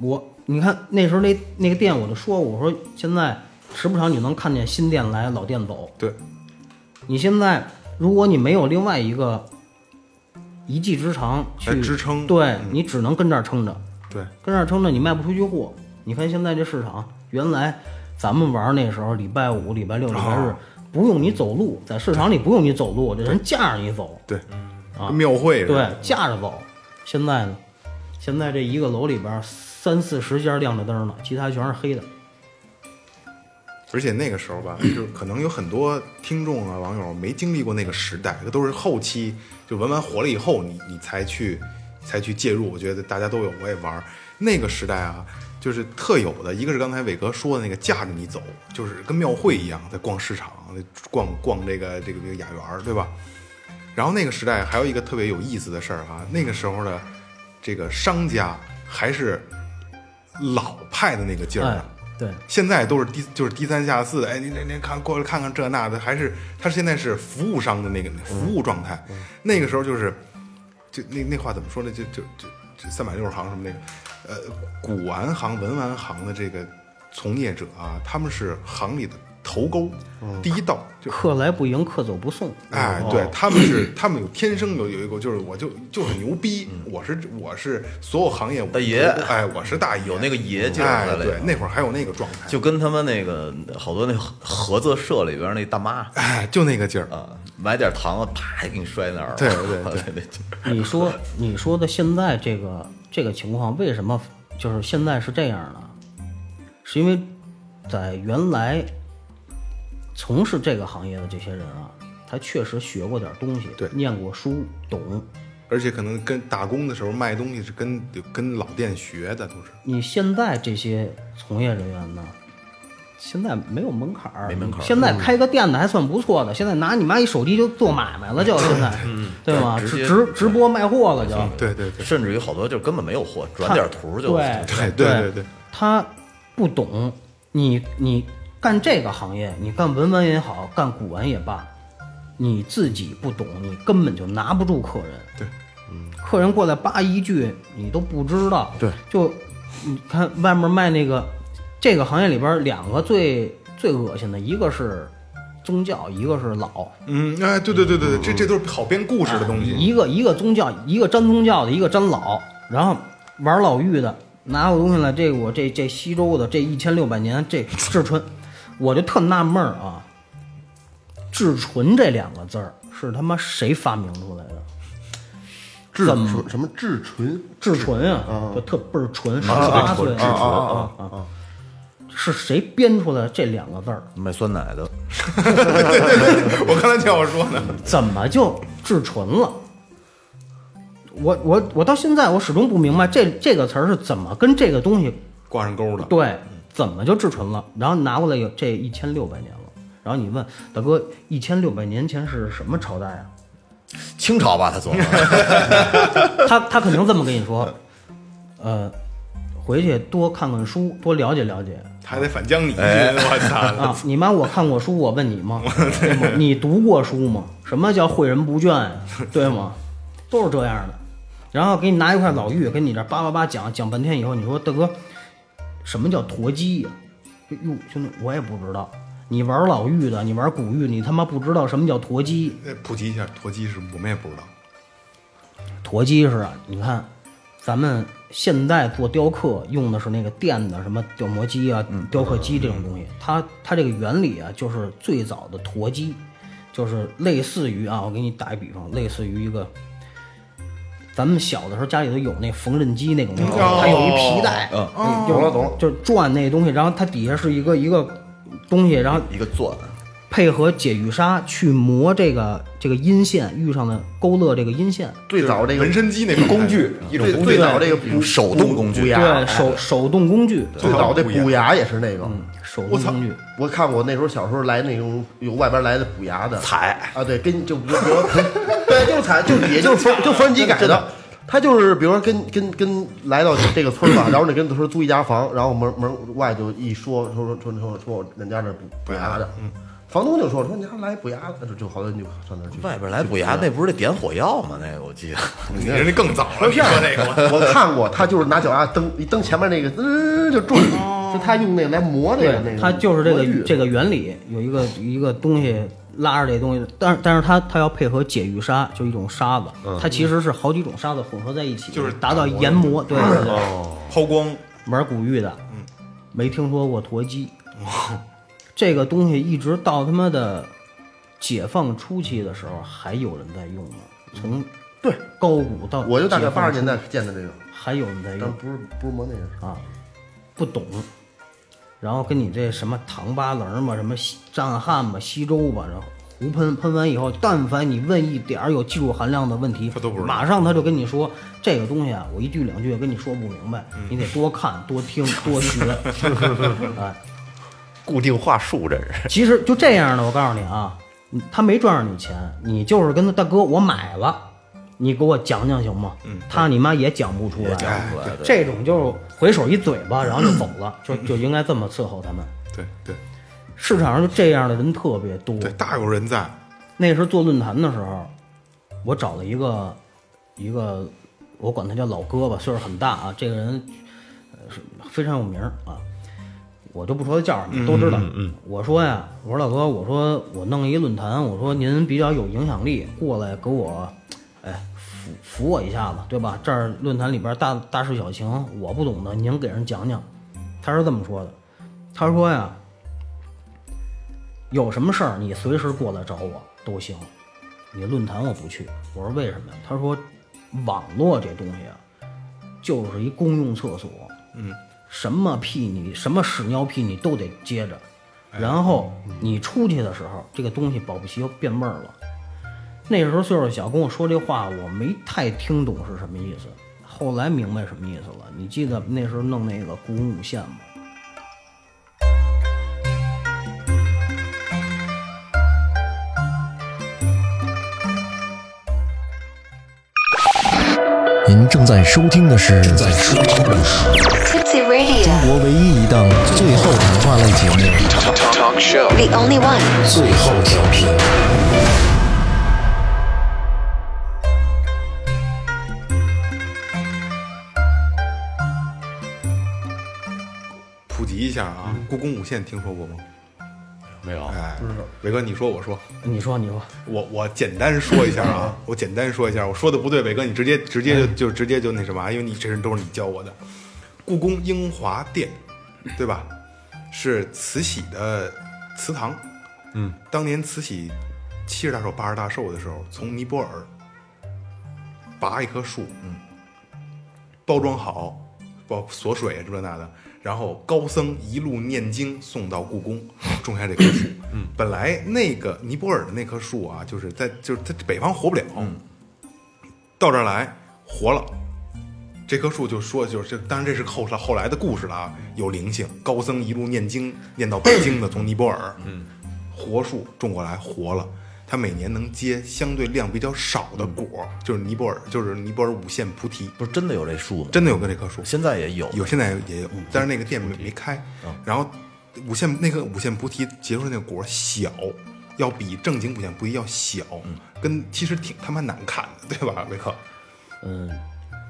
[SPEAKER 7] 我你看那时候那那个店我就说，我说现在时不常你能看见新店来，老店走。
[SPEAKER 2] 对，
[SPEAKER 7] 你现在如果你没有另外一个一技之长
[SPEAKER 2] 来
[SPEAKER 7] 去
[SPEAKER 2] 支撑嗯
[SPEAKER 7] 对你只能跟这儿撑着，
[SPEAKER 2] 对
[SPEAKER 7] 跟这儿撑着你卖不出去货，你看现在这市场，原来咱们玩那时候，礼拜五、礼拜六、礼拜
[SPEAKER 2] 啊
[SPEAKER 7] 日，不用你走路，在市场里不用你走路，这人架着你走，
[SPEAKER 2] 对，跟庙会似
[SPEAKER 7] 对
[SPEAKER 2] 的，，
[SPEAKER 7] 架着走。现在呢，现在这一个楼里边三四十家亮着灯呢，其他全是黑的。
[SPEAKER 2] 而且那个时候吧，就是可能有很多听众啊、网友没经历过那个时代，都是后期就文玩火了以后，你你才去才去介入。我觉得大家都有，我也玩儿那个时代啊，就是特有的，一个是刚才伟哥说的那个架着你走，就是跟庙会一样，在逛市场、逛逛这个这个这个雅园儿，对吧？然后那个时代还有一个特别有意思的事儿啊，那个时候的这个商家还是老派的那个劲儿、
[SPEAKER 7] 哎
[SPEAKER 2] 啊。，
[SPEAKER 7] 对，
[SPEAKER 2] 现在都是低，就是低三下四的。哎，您您您看过来看看这那的，还是他现在是服务商的那个
[SPEAKER 6] 嗯
[SPEAKER 2] 服务状态。那个时候就是，就那那话怎么说呢？就就就就三百六十行什么那个，呃，古玩行、文玩行的这个从业者啊，他们是行里的头钩，
[SPEAKER 6] 嗯
[SPEAKER 2] 第一道就
[SPEAKER 7] 客来不迎，客走不送。哦
[SPEAKER 2] 哎，
[SPEAKER 6] 哦
[SPEAKER 2] 对，他们是他们有天生有有一个，就是我就就很牛逼，我是我是所有行业我是
[SPEAKER 6] 嗯大爷
[SPEAKER 2] 哎，我是大爷，
[SPEAKER 6] 有那个爷劲儿
[SPEAKER 2] 哎
[SPEAKER 6] 在，里
[SPEAKER 2] 对，
[SPEAKER 6] 头
[SPEAKER 2] 那会儿还有那个状态，
[SPEAKER 6] 就跟他们那个好多那合合作社里边那大妈
[SPEAKER 2] 哎，就那个劲儿，
[SPEAKER 6] 啊，买点糖啊，啪给你摔那儿了。
[SPEAKER 2] 对对
[SPEAKER 6] 那劲儿
[SPEAKER 7] 你说你说的现在这个这个情况，为什么就是现在是这样呢？是因为在原来从事这个行业的这些人啊，他确实学过点东西，
[SPEAKER 2] 对
[SPEAKER 7] 念过书，懂。
[SPEAKER 2] 而且可能跟打工的时候卖东西是跟跟老店学的，都是
[SPEAKER 7] 你现在这些从业人员呢，现在没有门槛儿，没门槛现在开个店的还算不错的，现在拿你妈一手机就做买卖了，就现在，对吗？
[SPEAKER 6] 直接
[SPEAKER 7] 直直直播卖货了就。
[SPEAKER 2] 对对对，
[SPEAKER 6] 甚至于好多就根本没有货，转
[SPEAKER 7] 看
[SPEAKER 6] 点图就
[SPEAKER 7] 对
[SPEAKER 2] 对对对对
[SPEAKER 7] 他不懂，你你干这个行业，你干文玩也好，干古玩也罢，你自己不懂，你根本就拿不住客人。
[SPEAKER 2] 对，
[SPEAKER 7] 嗯，客人过来叭一句，你都不知道。
[SPEAKER 4] 对，
[SPEAKER 7] 就嗯你看外面卖那个，这个行业里边两个最最恶心的，一个是宗教，一个是老。
[SPEAKER 2] 嗯，哎，对对对对，对这这都是好编故事的 东西，
[SPEAKER 7] 一个一个宗教，一个沾宗教的，一个沾老，然后玩老妪的，拿我东西来，这个我这这西周的这一千六百年这至纯，我就特纳闷儿啊，至纯这两个字儿是他妈谁发明出来的？
[SPEAKER 4] 至
[SPEAKER 7] 怎么
[SPEAKER 4] 纯什么至纯
[SPEAKER 7] 至纯啊，就特倍儿纯，十八岁
[SPEAKER 4] 啊啊啊！
[SPEAKER 7] 是谁编出来这两个字儿？
[SPEAKER 6] 卖酸奶的，
[SPEAKER 2] 我刚才就要说呢，
[SPEAKER 7] 怎么就至纯了？我我我到现在我始终不明白这这个词儿是怎么跟这个东西
[SPEAKER 2] 挂上钩了，
[SPEAKER 7] 对，怎么就至纯了？然后拿过来有这一千六百年了。然后你问大哥，一千六百年前是什么朝代啊？
[SPEAKER 6] 清朝吧，他总
[SPEAKER 7] 他他肯定这么跟你说，呃，回去多看看书，多了解了解
[SPEAKER 2] 他还得反将你，我操，
[SPEAKER 7] 啊！你妈，我看过书，我问你吗？ 对吗你读过书吗？什么叫诲人不倦呀？对吗？都是这样的。然后给你拿一块老玉，跟你这叭叭叭讲讲半天以后，你说大哥，什么叫驼鸡呀、哟，兄弟，我也不知道。你玩老玉的，你玩古玉，你他妈不知道什么叫驼鸡？
[SPEAKER 2] 哎普及一下，脱鸡是我们也不知道，
[SPEAKER 7] 驼鸡是啊，你看，咱们现在做雕刻用的是那个电的什么雕磨机啊、雕刻机这种东西，它它这个原理啊，就是最早的驼鸡，就是类似于啊，我给你打一比方，类似于一个。咱们小的时候家里头有那缝纫机那种东西，它有一皮带，懂了懂了，就是转那东西，然后它底下是一个一个东西，然后
[SPEAKER 6] 一个钻，
[SPEAKER 7] 配合解玉砂去磨这个这个阴线，玉上的勾勒这个阴线，
[SPEAKER 4] 最早这个
[SPEAKER 2] 纹身机那种啊
[SPEAKER 4] 工具，啊嗯
[SPEAKER 6] 一种工具
[SPEAKER 4] 最最早这个补
[SPEAKER 6] 手动工具
[SPEAKER 4] 补牙
[SPEAKER 7] 哎对，手手动工具，
[SPEAKER 4] 啊最早这补牙也是那个。
[SPEAKER 7] 手动工具，
[SPEAKER 4] 我看我那时候小时候来那种有外边来的补牙的
[SPEAKER 6] 踩
[SPEAKER 4] 啊，对，跟就比如说，对，就是踩，就也就是缝就缝纫机改的。他就是，比如说跟跟跟来到这个村儿吧，然后你跟他说租一家房，然后门门外就一说说说说说说我人家这补补牙的，房东就说说你还来补牙的，就就好多人就上那儿去。
[SPEAKER 6] 外边来补牙，那不是得点火药吗？那个我记得，
[SPEAKER 2] 你人家更早了，你说那 个，
[SPEAKER 4] 我看过，他就是拿脚丫蹬一蹬前面那个，嗯、就中，就他用那来磨那个那
[SPEAKER 7] 对，
[SPEAKER 4] 个。
[SPEAKER 7] 它就是这
[SPEAKER 4] 磨
[SPEAKER 7] 个
[SPEAKER 4] 玉
[SPEAKER 7] 这个原理，有一个一个东西拉着这东西，但是但是它它要配合解玉砂，就一种沙
[SPEAKER 4] 嗯
[SPEAKER 7] 子，它其实是好几种沙子混合在一起，
[SPEAKER 2] 就是
[SPEAKER 4] 嗯
[SPEAKER 7] 达到研磨，对对对，
[SPEAKER 2] 抛光，
[SPEAKER 7] 玩古玉的，嗯，没听说过陀鸡。
[SPEAKER 4] 哦
[SPEAKER 7] 这个东西一直到他妈的解放初期的时候，还有人在用呢。从
[SPEAKER 4] 对
[SPEAKER 7] 高古到
[SPEAKER 4] 我就大概
[SPEAKER 7] 解放
[SPEAKER 4] 八十年代
[SPEAKER 7] 初
[SPEAKER 4] 见的这种，
[SPEAKER 7] 还有人在
[SPEAKER 4] 但
[SPEAKER 7] 用，
[SPEAKER 4] 不是不是模那个，
[SPEAKER 7] 啊，不懂，然后跟你这什么唐八棱吧，什么西战汉吧、西周吧，然后胡喷喷完以后，但凡你问一点儿有技术含量的问题，
[SPEAKER 2] 他都不知道
[SPEAKER 7] 马上他就跟你说这个东西啊，我一句两句跟你说不明白，你得多看、多听、多学。哎，
[SPEAKER 8] 固定话术，这是
[SPEAKER 7] 其实就这样的，我告诉你啊，嗯他没赚着你钱，你就是跟他大哥我买了。你给我讲讲行吗？嗯，他你妈也讲不出来，
[SPEAKER 6] 讲不
[SPEAKER 2] 哎
[SPEAKER 6] 出来对
[SPEAKER 7] 这种就是回手一嘴巴，然后就走了，就就应该这么伺候他们。
[SPEAKER 2] 对对
[SPEAKER 7] 市场上就这样的人特别多。
[SPEAKER 2] 对，大有人在。
[SPEAKER 7] 那时候做论坛的时候，我找了一个一个，我管他叫老哥吧，岁数很大啊，这个人呃是非常有名儿啊，我就不说他叫什么，都知道。我说呀，我说老哥，我说我弄一论坛，我说您比较有影响力，过来给我，哎。扶扶我一下子，对吧？这儿论坛里边大大事小情，我不懂的，您给人讲讲。他是这么说的，他说呀，有什么事儿你随时过来找我都行，你论坛我不去。我说为什么呀？他说，网络这东西啊，就是一公用厕所，嗯，什么屁你什么屎尿屁你都得接着，然后你出去的时候，这个东西保不齐又变味儿了。那时候岁数小，跟我说这话，我没太听懂是什么意思。后来明白什么意思了。你记得那时候弄那个古五线吗？
[SPEAKER 1] 您正在收听的是正在收听的是
[SPEAKER 9] Tipsy Radio,
[SPEAKER 1] 中国唯一一档最后谈话类节目
[SPEAKER 9] the only one.
[SPEAKER 1] 最后调频。
[SPEAKER 2] 普及一下啊，故宫五线听说过吗？
[SPEAKER 6] 没有，
[SPEAKER 2] 哎，不知道。伟哥，你说，我说，
[SPEAKER 7] 你说，你说，
[SPEAKER 2] 我我简单说一下啊，我简单说一下，我说的不对，伟哥，你直接直接就就直接就那什么啊，因为你这人都是你教我的。故宫英华殿，对吧？是慈禧的祠堂。嗯，当年慈禧七十大寿、八十大寿的时候，从尼泊尔拔一棵树，嗯，包装好，包锁水啊，这那的。然后高僧一路念经送到故宫，种下这棵树。嗯，本来那个尼泊尔的那棵树啊，就是在就是它北方活不了，到这儿来活了。这棵树就说就是，当然这是后来后来的故事了啊，有灵性。高僧一路念经念到北京的，从尼泊尔，嗯，活树种过来活了。它每年能结相对量比较少的果，就是尼泊尔，就是尼泊尔五线菩提，
[SPEAKER 6] 不是真的有这树吗？
[SPEAKER 2] 真的有个这棵树，
[SPEAKER 6] 现在也有，
[SPEAKER 2] 有现在也有，但是那个店没没开。然后五线那个五线菩提结出来那个果小，要比正经五线菩提要小，跟其实挺他妈难看的，对吧，维克？
[SPEAKER 7] 嗯，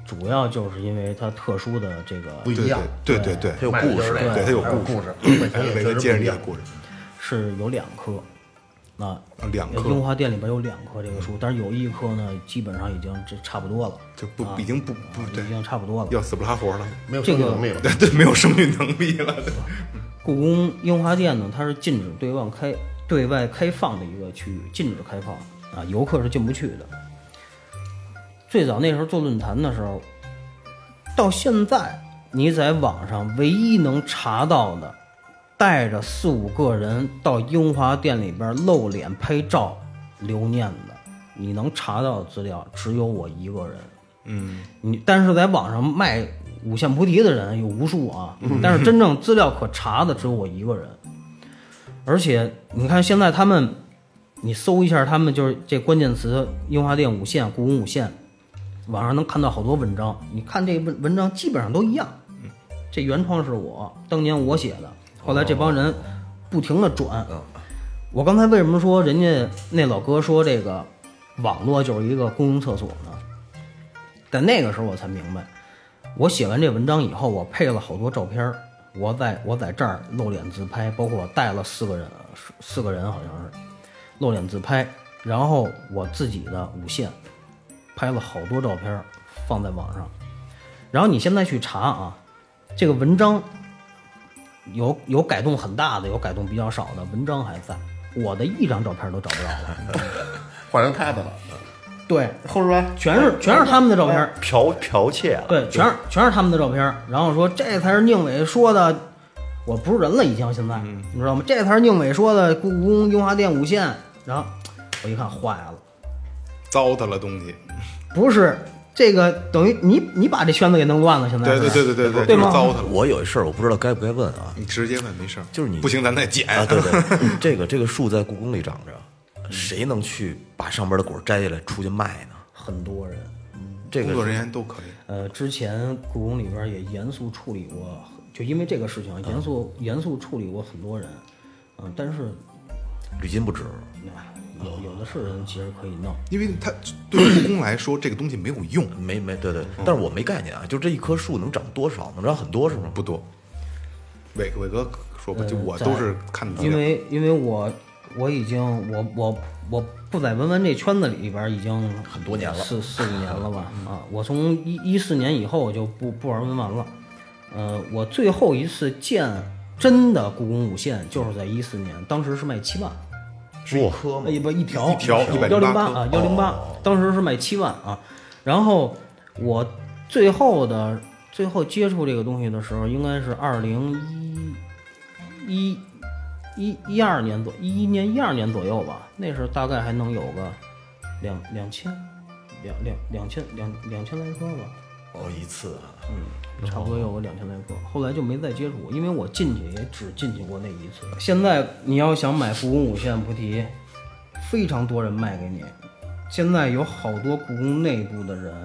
[SPEAKER 7] 主要就是因为它特殊的这个
[SPEAKER 4] 不一样，
[SPEAKER 2] 对对对
[SPEAKER 6] 它有故事，
[SPEAKER 4] 卖的
[SPEAKER 2] 对它
[SPEAKER 4] 就是
[SPEAKER 2] 有
[SPEAKER 4] 卖的
[SPEAKER 2] 故
[SPEAKER 4] 事，
[SPEAKER 2] 对，
[SPEAKER 4] 本身也
[SPEAKER 2] 维
[SPEAKER 4] 确
[SPEAKER 2] 克
[SPEAKER 4] 实
[SPEAKER 2] 接着
[SPEAKER 4] 不一
[SPEAKER 2] 你的
[SPEAKER 4] 样
[SPEAKER 2] 故事，
[SPEAKER 7] 是有两棵，啊，
[SPEAKER 2] 啊两
[SPEAKER 7] 樱
[SPEAKER 2] 棵
[SPEAKER 7] 花店里边有两棵这个树，但是有一棵呢，基本上已经这差不多了，
[SPEAKER 2] 就不已经不不对
[SPEAKER 7] 已，经差不多了。
[SPEAKER 2] 要死不拉活了，
[SPEAKER 4] 没有
[SPEAKER 7] 这
[SPEAKER 4] 生
[SPEAKER 7] 个
[SPEAKER 4] 育能力了。
[SPEAKER 2] 对对，没有生育能力了，对
[SPEAKER 7] 故宫樱花店呢，它是禁止对外开对外开放的一个区域，禁止开放啊，游客是进不去的。最早那时候做论坛的时候，到现在你在网上唯一能查到的，带着四五个人到樱花店里边露脸拍照留念的，你能查到的资料只有我一个人。你但是在网上卖五线菩提的人有无数啊，但是真正资料可查的只有我一个人。而且你看现在他们，你搜一下他们就是这关键词“樱花店五线”“故宫五线”，网上能看到好多文章。你看这文文章基本上都一样，这原创是我当年我写的，后来这帮人不停的转。我刚才为什么说人家那老哥说这个网络就是一个公用厕所呢？但那个时候我才明白，我写完这文章以后，我配了好多照片儿，我在我在这儿露脸自拍，包括我带了四个人，四个人好像是露脸自拍，然后我自己的五线拍了好多照片儿放在网上，然后你现在去查啊，这个文章有有改动很大的，有改动比较少的，文章还在。我的一张照片都找不着了，
[SPEAKER 4] 换成他的了，
[SPEAKER 7] 对，
[SPEAKER 4] 后边儿
[SPEAKER 7] 全是全是他们的照片，
[SPEAKER 8] 剽剽窃了。
[SPEAKER 7] 对，全是全是他们的照片。然后说这才是宁伟说的，我不是人了，已经现在，
[SPEAKER 2] 嗯
[SPEAKER 7] 你知道吗？这才是宁伟说的故宫樱花殿五线。然后我一看坏了，
[SPEAKER 2] 糟蹋了东西。
[SPEAKER 7] 不是这个，等于你你把这圈子给弄乱了，现在
[SPEAKER 2] 对
[SPEAKER 7] 是
[SPEAKER 2] 对对对对对，
[SPEAKER 7] 对
[SPEAKER 2] 就是
[SPEAKER 7] 吗？
[SPEAKER 2] 糟蹋了。
[SPEAKER 6] 我有一事儿，我不知道该不该问啊。
[SPEAKER 2] 你直接问没事儿，
[SPEAKER 6] 就是你
[SPEAKER 2] 不行，咱再剪。
[SPEAKER 6] 啊，对对， 这个这个树在故宫里长着，谁能去把上边的果摘下来出去卖呢？
[SPEAKER 7] 很多人，
[SPEAKER 6] 这
[SPEAKER 2] 工
[SPEAKER 6] 个
[SPEAKER 2] 作人员都可以。
[SPEAKER 7] 呃，之前故宫里边也严肃处理过，就因为这个事
[SPEAKER 2] 嗯
[SPEAKER 7] 情，严肃、严肃处理过很多人，嗯、但是
[SPEAKER 6] 屡禁不止。
[SPEAKER 7] 哎有有的是人其实可以弄，
[SPEAKER 2] 因为他对故宫来说，这个东西没有用，
[SPEAKER 6] 没没对对，但是我没概念啊，就这一棵树能长多少？能长很多是吗？
[SPEAKER 2] 不多。伟伟哥说吧，
[SPEAKER 7] 呃
[SPEAKER 2] 就我
[SPEAKER 7] 在
[SPEAKER 2] 都是看资
[SPEAKER 7] 因
[SPEAKER 2] 料。
[SPEAKER 7] 为因为我我已经我我我不在文玩这圈子里边已经很
[SPEAKER 6] 多年了
[SPEAKER 7] 四四五年了吧
[SPEAKER 2] 嗯
[SPEAKER 7] 啊！我从一一四年以后我就不不玩文玩了，呃，我最后一次见真的故宫五线就是在一四年，当时是卖七万，
[SPEAKER 8] 是一颗
[SPEAKER 7] 哎不一条
[SPEAKER 2] 一条108
[SPEAKER 7] 幺零八
[SPEAKER 2] 颗哦
[SPEAKER 7] 啊幺零八，当时是卖七万啊。然后我最后的最后接触这个东西的时候，应该是二零一一一一二年左一一年一二年左右吧，那时候大概还能有个两两千两两两千两两千来颗吧。
[SPEAKER 6] 哦，一次啊，
[SPEAKER 7] 差不多有个两千来个，后来就没再接触过，因为我进去也只进去过那一次。现在你要想买故宫五线菩提，非常多人卖给你。现在有好多故宫内部的人，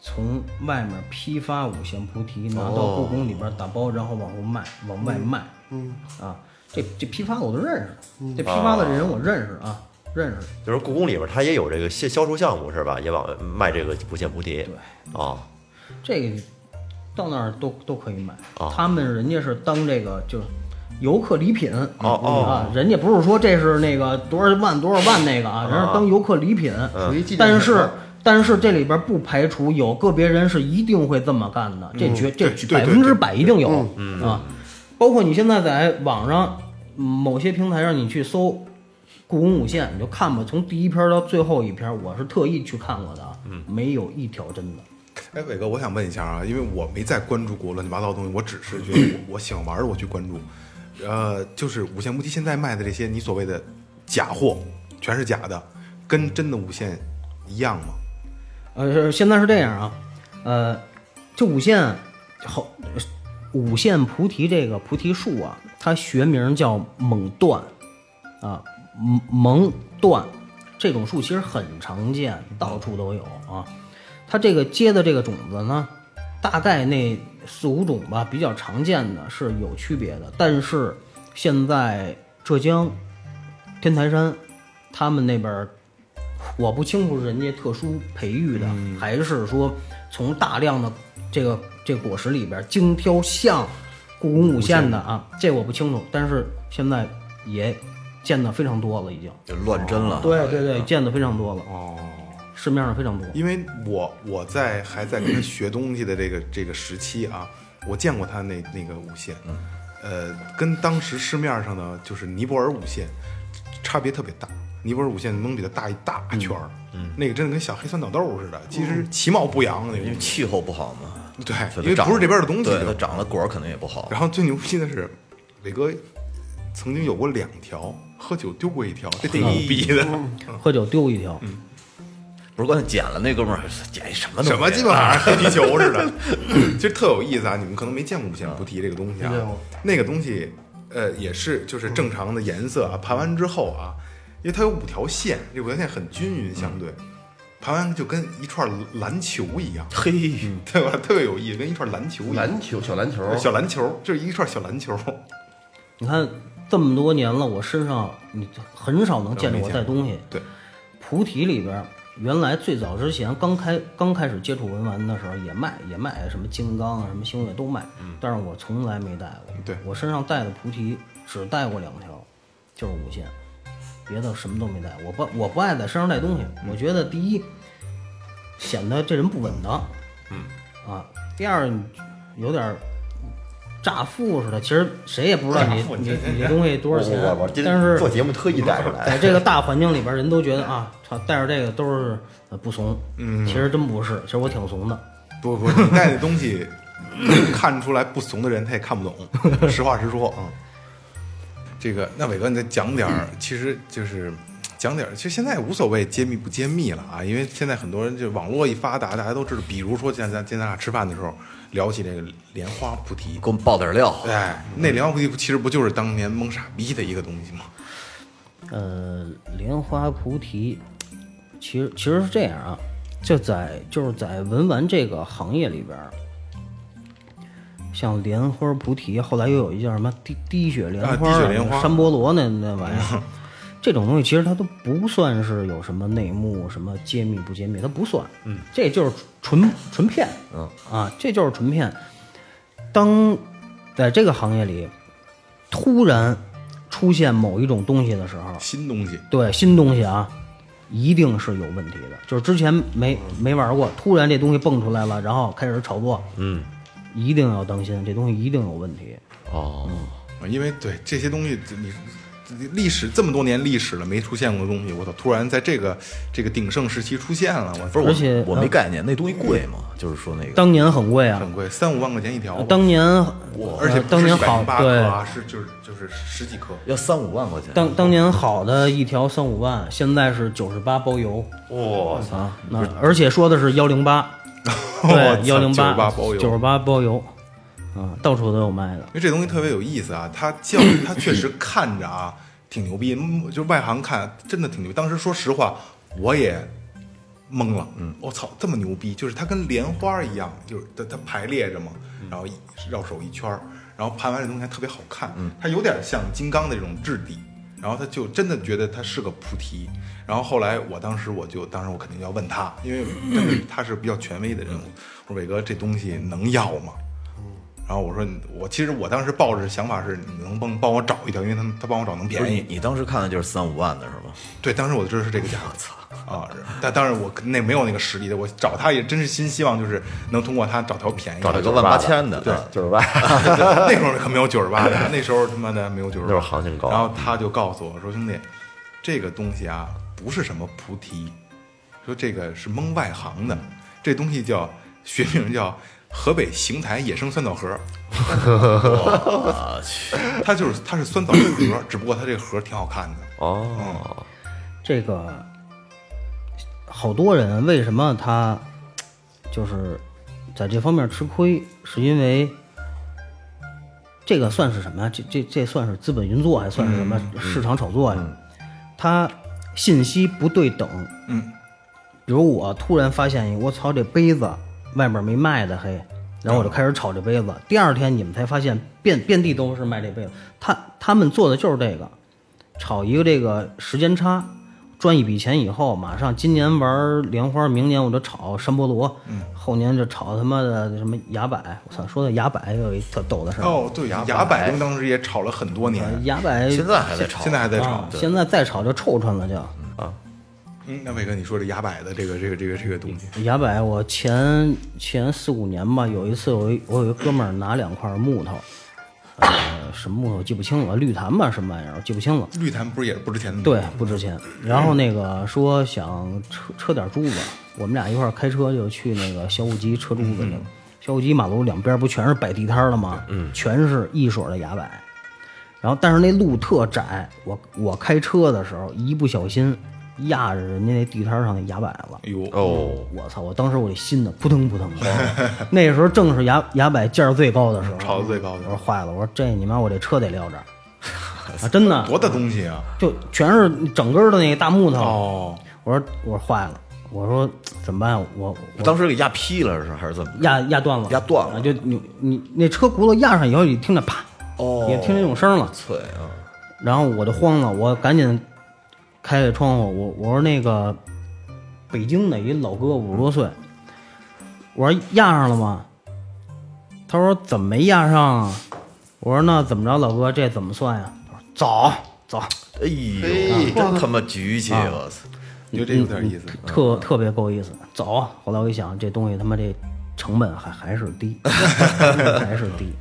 [SPEAKER 7] 从外面批发五线菩提，拿到故宫里边打包，然后往后卖，往外卖。哦嗯，啊，这这批发的我都认识，这批发的人我认识啊，认识。
[SPEAKER 8] 就是故宫里边，它也有这个销销售项目是吧？也往卖这个不见菩提。对啊，
[SPEAKER 7] 这个到那儿都都可以买
[SPEAKER 8] 哦。
[SPEAKER 7] 他们人家是当这个就是游客礼品
[SPEAKER 8] 哦
[SPEAKER 7] 啊，人家不是说这是那个多少万多少万那个啊，人家当游客礼品。
[SPEAKER 4] 属于纪念
[SPEAKER 7] 但
[SPEAKER 4] 品
[SPEAKER 7] 是但是这里边不排除有个别人是一定会这么干的，这绝这
[SPEAKER 2] 对对
[SPEAKER 7] 百分之百一定有啊。包括你现在在网上嗯某些平台上你去搜。故宫五线，你就看吧，从第一篇到最后一篇，我是特意去看过的，嗯，没有一条真的。
[SPEAKER 2] 哎，伟哥，我想问一下啊，因为我没再关注过乱七八糟的东西，我只是觉 得我我想玩儿我去关注。呃，就是五线无极现在卖的这些你所谓的假货，全是假的，跟
[SPEAKER 7] 嗯
[SPEAKER 2] 真的无线一样吗？
[SPEAKER 7] 呃，是现在是这样啊，呃，这五线好，五线菩提这个菩提树啊，它学名叫猛断啊，蒙蒙断这种树其实很常见，到处都有啊。它这个结的这个种子呢，大概那四五种吧，比较常见的是有区别的，但是现在浙江天台山他们那边儿我不清楚是人家特殊培育的，还是说从大量的这个这果实里边精挑像故宫五线的啊，这我不清楚。但是现在也见的非常多了，已经。
[SPEAKER 6] 就乱真了。
[SPEAKER 7] 啊对对对，见的非常多了。哦，市面上非常多。
[SPEAKER 2] 因为我我在还在跟他学东西的这个这个时期啊，我见过他那那个五线，
[SPEAKER 6] 嗯
[SPEAKER 2] 呃，跟当时市面上的就是尼泊尔五线差别特别大。尼泊尔五线能比它大一大圈儿，
[SPEAKER 6] 嗯
[SPEAKER 2] 那个真的跟小黑酸枣豆似的，其实其貌不扬的那
[SPEAKER 6] 因为
[SPEAKER 2] 种。
[SPEAKER 6] 气候不好嘛，
[SPEAKER 2] 对
[SPEAKER 6] 它
[SPEAKER 2] 因为
[SPEAKER 6] 长
[SPEAKER 2] 不是这边的东西
[SPEAKER 6] 对它
[SPEAKER 2] 就
[SPEAKER 6] 长了果儿可能也不好。
[SPEAKER 2] 然后最牛逼的是，伟哥曾经有过两条，喝酒丢过一条，这挺牛逼的。
[SPEAKER 7] 喝酒丢一条，
[SPEAKER 6] 不是关键捡了那哥们儿捡一什么东西
[SPEAKER 2] 什么鸡巴玩意儿，黑皮球似的，其实特有意思啊！你们可能没见过五线菩提这个东西啊，那个东西，呃，也是就是正常的颜色啊，盘完之后啊，因为它有五条线，这五条线很均匀相对，盘完就跟一串篮球一样，
[SPEAKER 6] 嘿，
[SPEAKER 2] 对吧？特别有意思，跟一串篮球一样，
[SPEAKER 4] 篮球小篮球，
[SPEAKER 2] 小篮球就是一串小篮球，
[SPEAKER 7] 你看这么多年了，我身上你很少能见着我带东西。
[SPEAKER 2] 对，
[SPEAKER 7] 菩提里边，原来最早之前刚开刚开始接触文玩的时候，也卖也卖什么金刚啊、什么星月都卖，但是我从来没带过。
[SPEAKER 2] 嗯对
[SPEAKER 7] 我身上带的菩提只带过两条，就是五线，别的什么都没带。我不我不爱在身上带东西，
[SPEAKER 2] 嗯
[SPEAKER 7] 我觉得第一显得这人不稳当，嗯啊，第二有点儿诈富似的，其实谁也不知道你
[SPEAKER 2] 富
[SPEAKER 7] 你
[SPEAKER 2] 你
[SPEAKER 7] 你这东西多少钱
[SPEAKER 5] 我我今，
[SPEAKER 7] 但
[SPEAKER 5] 天
[SPEAKER 7] 是
[SPEAKER 5] 做节目特意带出
[SPEAKER 7] 在
[SPEAKER 5] 来，
[SPEAKER 7] 这个大环境里边，人都觉得啊，操，带着这个都是呃不怂，嗯，其实真不是，其实我挺怂的，
[SPEAKER 2] 不不，你带的东西 看出来不怂的人他也看不懂，实话实说啊。这个，那伟哥，你再讲点儿，其实就是讲点儿。其实现在无所谓揭秘不揭秘了啊，因为现在很多人就网络一发达，大家都知道。比如说，像咱今天咱俩吃饭的时候聊起这个莲花菩提，
[SPEAKER 6] 给我们爆点料。
[SPEAKER 2] 哎，那莲花菩提其实不就是当年蒙傻逼的一个东西吗？
[SPEAKER 7] 呃，莲花菩提，其实其实是这样啊，就在就是在文玩这个行业里边儿，像莲花菩提，后来又有一叫什么滴滴血莲
[SPEAKER 2] 啊
[SPEAKER 7] 花、
[SPEAKER 2] 滴血莲花嗯
[SPEAKER 7] 山菠萝那那玩意儿， 这种东西其实它都不算是有什么内幕、什么揭秘不揭秘，它不算，嗯，这就是纯纯骗，嗯啊，这就是纯骗。当在这个行业里突然出现某一种东西的时候，
[SPEAKER 2] 新东西，
[SPEAKER 7] 对新东西啊，一定是有问题的。就是之前没
[SPEAKER 2] 嗯
[SPEAKER 7] 没玩过，突然这东西蹦出来了，然后开始炒作，嗯，一定要当心，这东西一定有问题。
[SPEAKER 8] 哦，
[SPEAKER 2] 啊因为对这些东西，你你历史这么多年历史了，没出现过的东西，我操，突然在这个这个鼎盛时期出现了，我
[SPEAKER 6] 不是
[SPEAKER 2] 操，
[SPEAKER 6] 我
[SPEAKER 7] 而且
[SPEAKER 6] 我没概念，那东西贵吗？就是说那个
[SPEAKER 7] 啊当年很贵啊，
[SPEAKER 2] 很贵，三五万块钱一条，
[SPEAKER 7] 当年
[SPEAKER 2] 我
[SPEAKER 7] 呃
[SPEAKER 2] 而且
[SPEAKER 7] 当年好
[SPEAKER 2] 八克
[SPEAKER 7] 对，
[SPEAKER 2] 啊，是就是就是十几克，
[SPEAKER 6] 要三五万块钱。
[SPEAKER 7] 当当年好的一条三五万，现在是九十八包邮
[SPEAKER 5] 哇塞，
[SPEAKER 7] 啊，那而且说的是幺 零八，对幺零
[SPEAKER 2] 98
[SPEAKER 7] 八
[SPEAKER 2] 包邮
[SPEAKER 7] 九十八包邮，啊，到处都有卖的。
[SPEAKER 2] 因为这东西特别有意思啊，它叫它确实看着啊挺牛逼，嗯就外行看真的挺牛逼。当时说实话，我也懵了，嗯，我、操，这么牛逼！就是它跟莲花一样，就是它它排列着嘛，然后一绕手一圈儿然后盘完这东西还特别好看，它有点像金刚的这种质地。然后他就真的觉得它是个菩提，然后后来我当时我就，当时我肯定要问他，因为真的他是比较权威的人物，我说伟哥这东西能要吗？然后我说你，我其实我当时抱着想法是，你能帮帮我找一条，因为他们他帮我找能
[SPEAKER 6] 不是
[SPEAKER 2] 便
[SPEAKER 6] 你
[SPEAKER 2] 宜。
[SPEAKER 6] 你当时看的就是三五万的是吗？
[SPEAKER 2] 对，当时我就是这个价格。操啊！但当然我那没有那个实力的，我找他也真是新希望就是能通过他找条便宜的。啊
[SPEAKER 6] 找了个万八千的，啊
[SPEAKER 5] 对，九十八，
[SPEAKER 2] 对那会儿可没有九十八的，那时候他妈的没有九十八，
[SPEAKER 8] 那会儿行情高
[SPEAKER 2] 然后他就告诉我说：“兄弟，这个东西啊，不是什么菩提，说这个是蒙外行的，这东西叫学名叫河北邢台野生酸枣核。”
[SPEAKER 6] 我去，
[SPEAKER 2] 它就是它是酸枣核，只不过它这个核挺好看的。
[SPEAKER 8] 哦，
[SPEAKER 7] 这个好多人为什么他就是在这方面吃亏，是因为这个算是什么呀？这这这算是资本运作，还算是什么市场炒作呀？他信息不对等，嗯，比如我突然发现一个，哎我操，这杯子外边没卖的，嘿。然后我就开始炒这杯子，第二天你们才发现遍遍地都是卖这杯子。他他们做的就是这个，炒一个这个时间差，赚一笔钱以后，马上今年玩莲花，明年我就炒山菠萝，后年就炒他妈的什么崖柏。我操，说到崖柏又有一特逗的事儿。
[SPEAKER 2] 哦，对，牙柏东当时也炒了很多年，
[SPEAKER 7] 呃，崖柏
[SPEAKER 6] 现在还在炒，
[SPEAKER 2] 现在还在炒
[SPEAKER 7] 啊。现在再炒就臭串了就，
[SPEAKER 2] 嗯，那伟哥，你说这牙柏的这个这个这个这个东西，
[SPEAKER 7] 崖柏，我前前四五年吧，有一次我一我有一哥们儿拿两块木头，呃，什么木头我记不清了，绿檀吧，什么玩意儿我记不清了。
[SPEAKER 2] 绿檀不是也是不值钱的吗？
[SPEAKER 7] 对，不值钱。然后那个说想车车点珠子，我们俩一块儿开车就去那个小武集车珠子去了。
[SPEAKER 2] 嗯
[SPEAKER 7] 小武集马路两边不全是摆地摊儿的吗？嗯，全是一水儿的崖柏。然后但是那路特窄，我我开车的时候一不小心压着人家那地摊儿上那崖柏了。
[SPEAKER 2] 哎呦，
[SPEAKER 8] 哦，
[SPEAKER 7] 我操！我当时我这心呢扑腾扑腾的， 那时候正是崖崖柏价儿最高的时候，
[SPEAKER 2] 炒得最高的
[SPEAKER 7] 我说坏了，我说这你妈我这车得 撂这儿，啊真的，
[SPEAKER 2] 多大东西啊！
[SPEAKER 7] 就全是整根儿的那个大木头。
[SPEAKER 2] 哦，
[SPEAKER 7] 我说我说坏了，我说怎么办？我我
[SPEAKER 6] 当时给压劈了是还是怎么？
[SPEAKER 7] 压压断了，啊
[SPEAKER 6] 压断了
[SPEAKER 7] 就你你那车轱辘压上以后，你听着啪，
[SPEAKER 6] 哦
[SPEAKER 7] 你听那种声了，
[SPEAKER 6] 脆啊！
[SPEAKER 7] 然后我就慌了，我赶紧开开窗户，我我说那个北京的一老哥五十多岁，我说压上了吗？他说怎么没压上啊？我说那怎么着，老哥这怎么算呀？他说走走，
[SPEAKER 6] 哎
[SPEAKER 2] 啊
[SPEAKER 6] 呦，真他妈局气！我操，
[SPEAKER 2] 你觉得这有点意思？
[SPEAKER 7] 特特别够意思。走，后来我一 嗯想，这东西他妈这成本还还是低，还是低。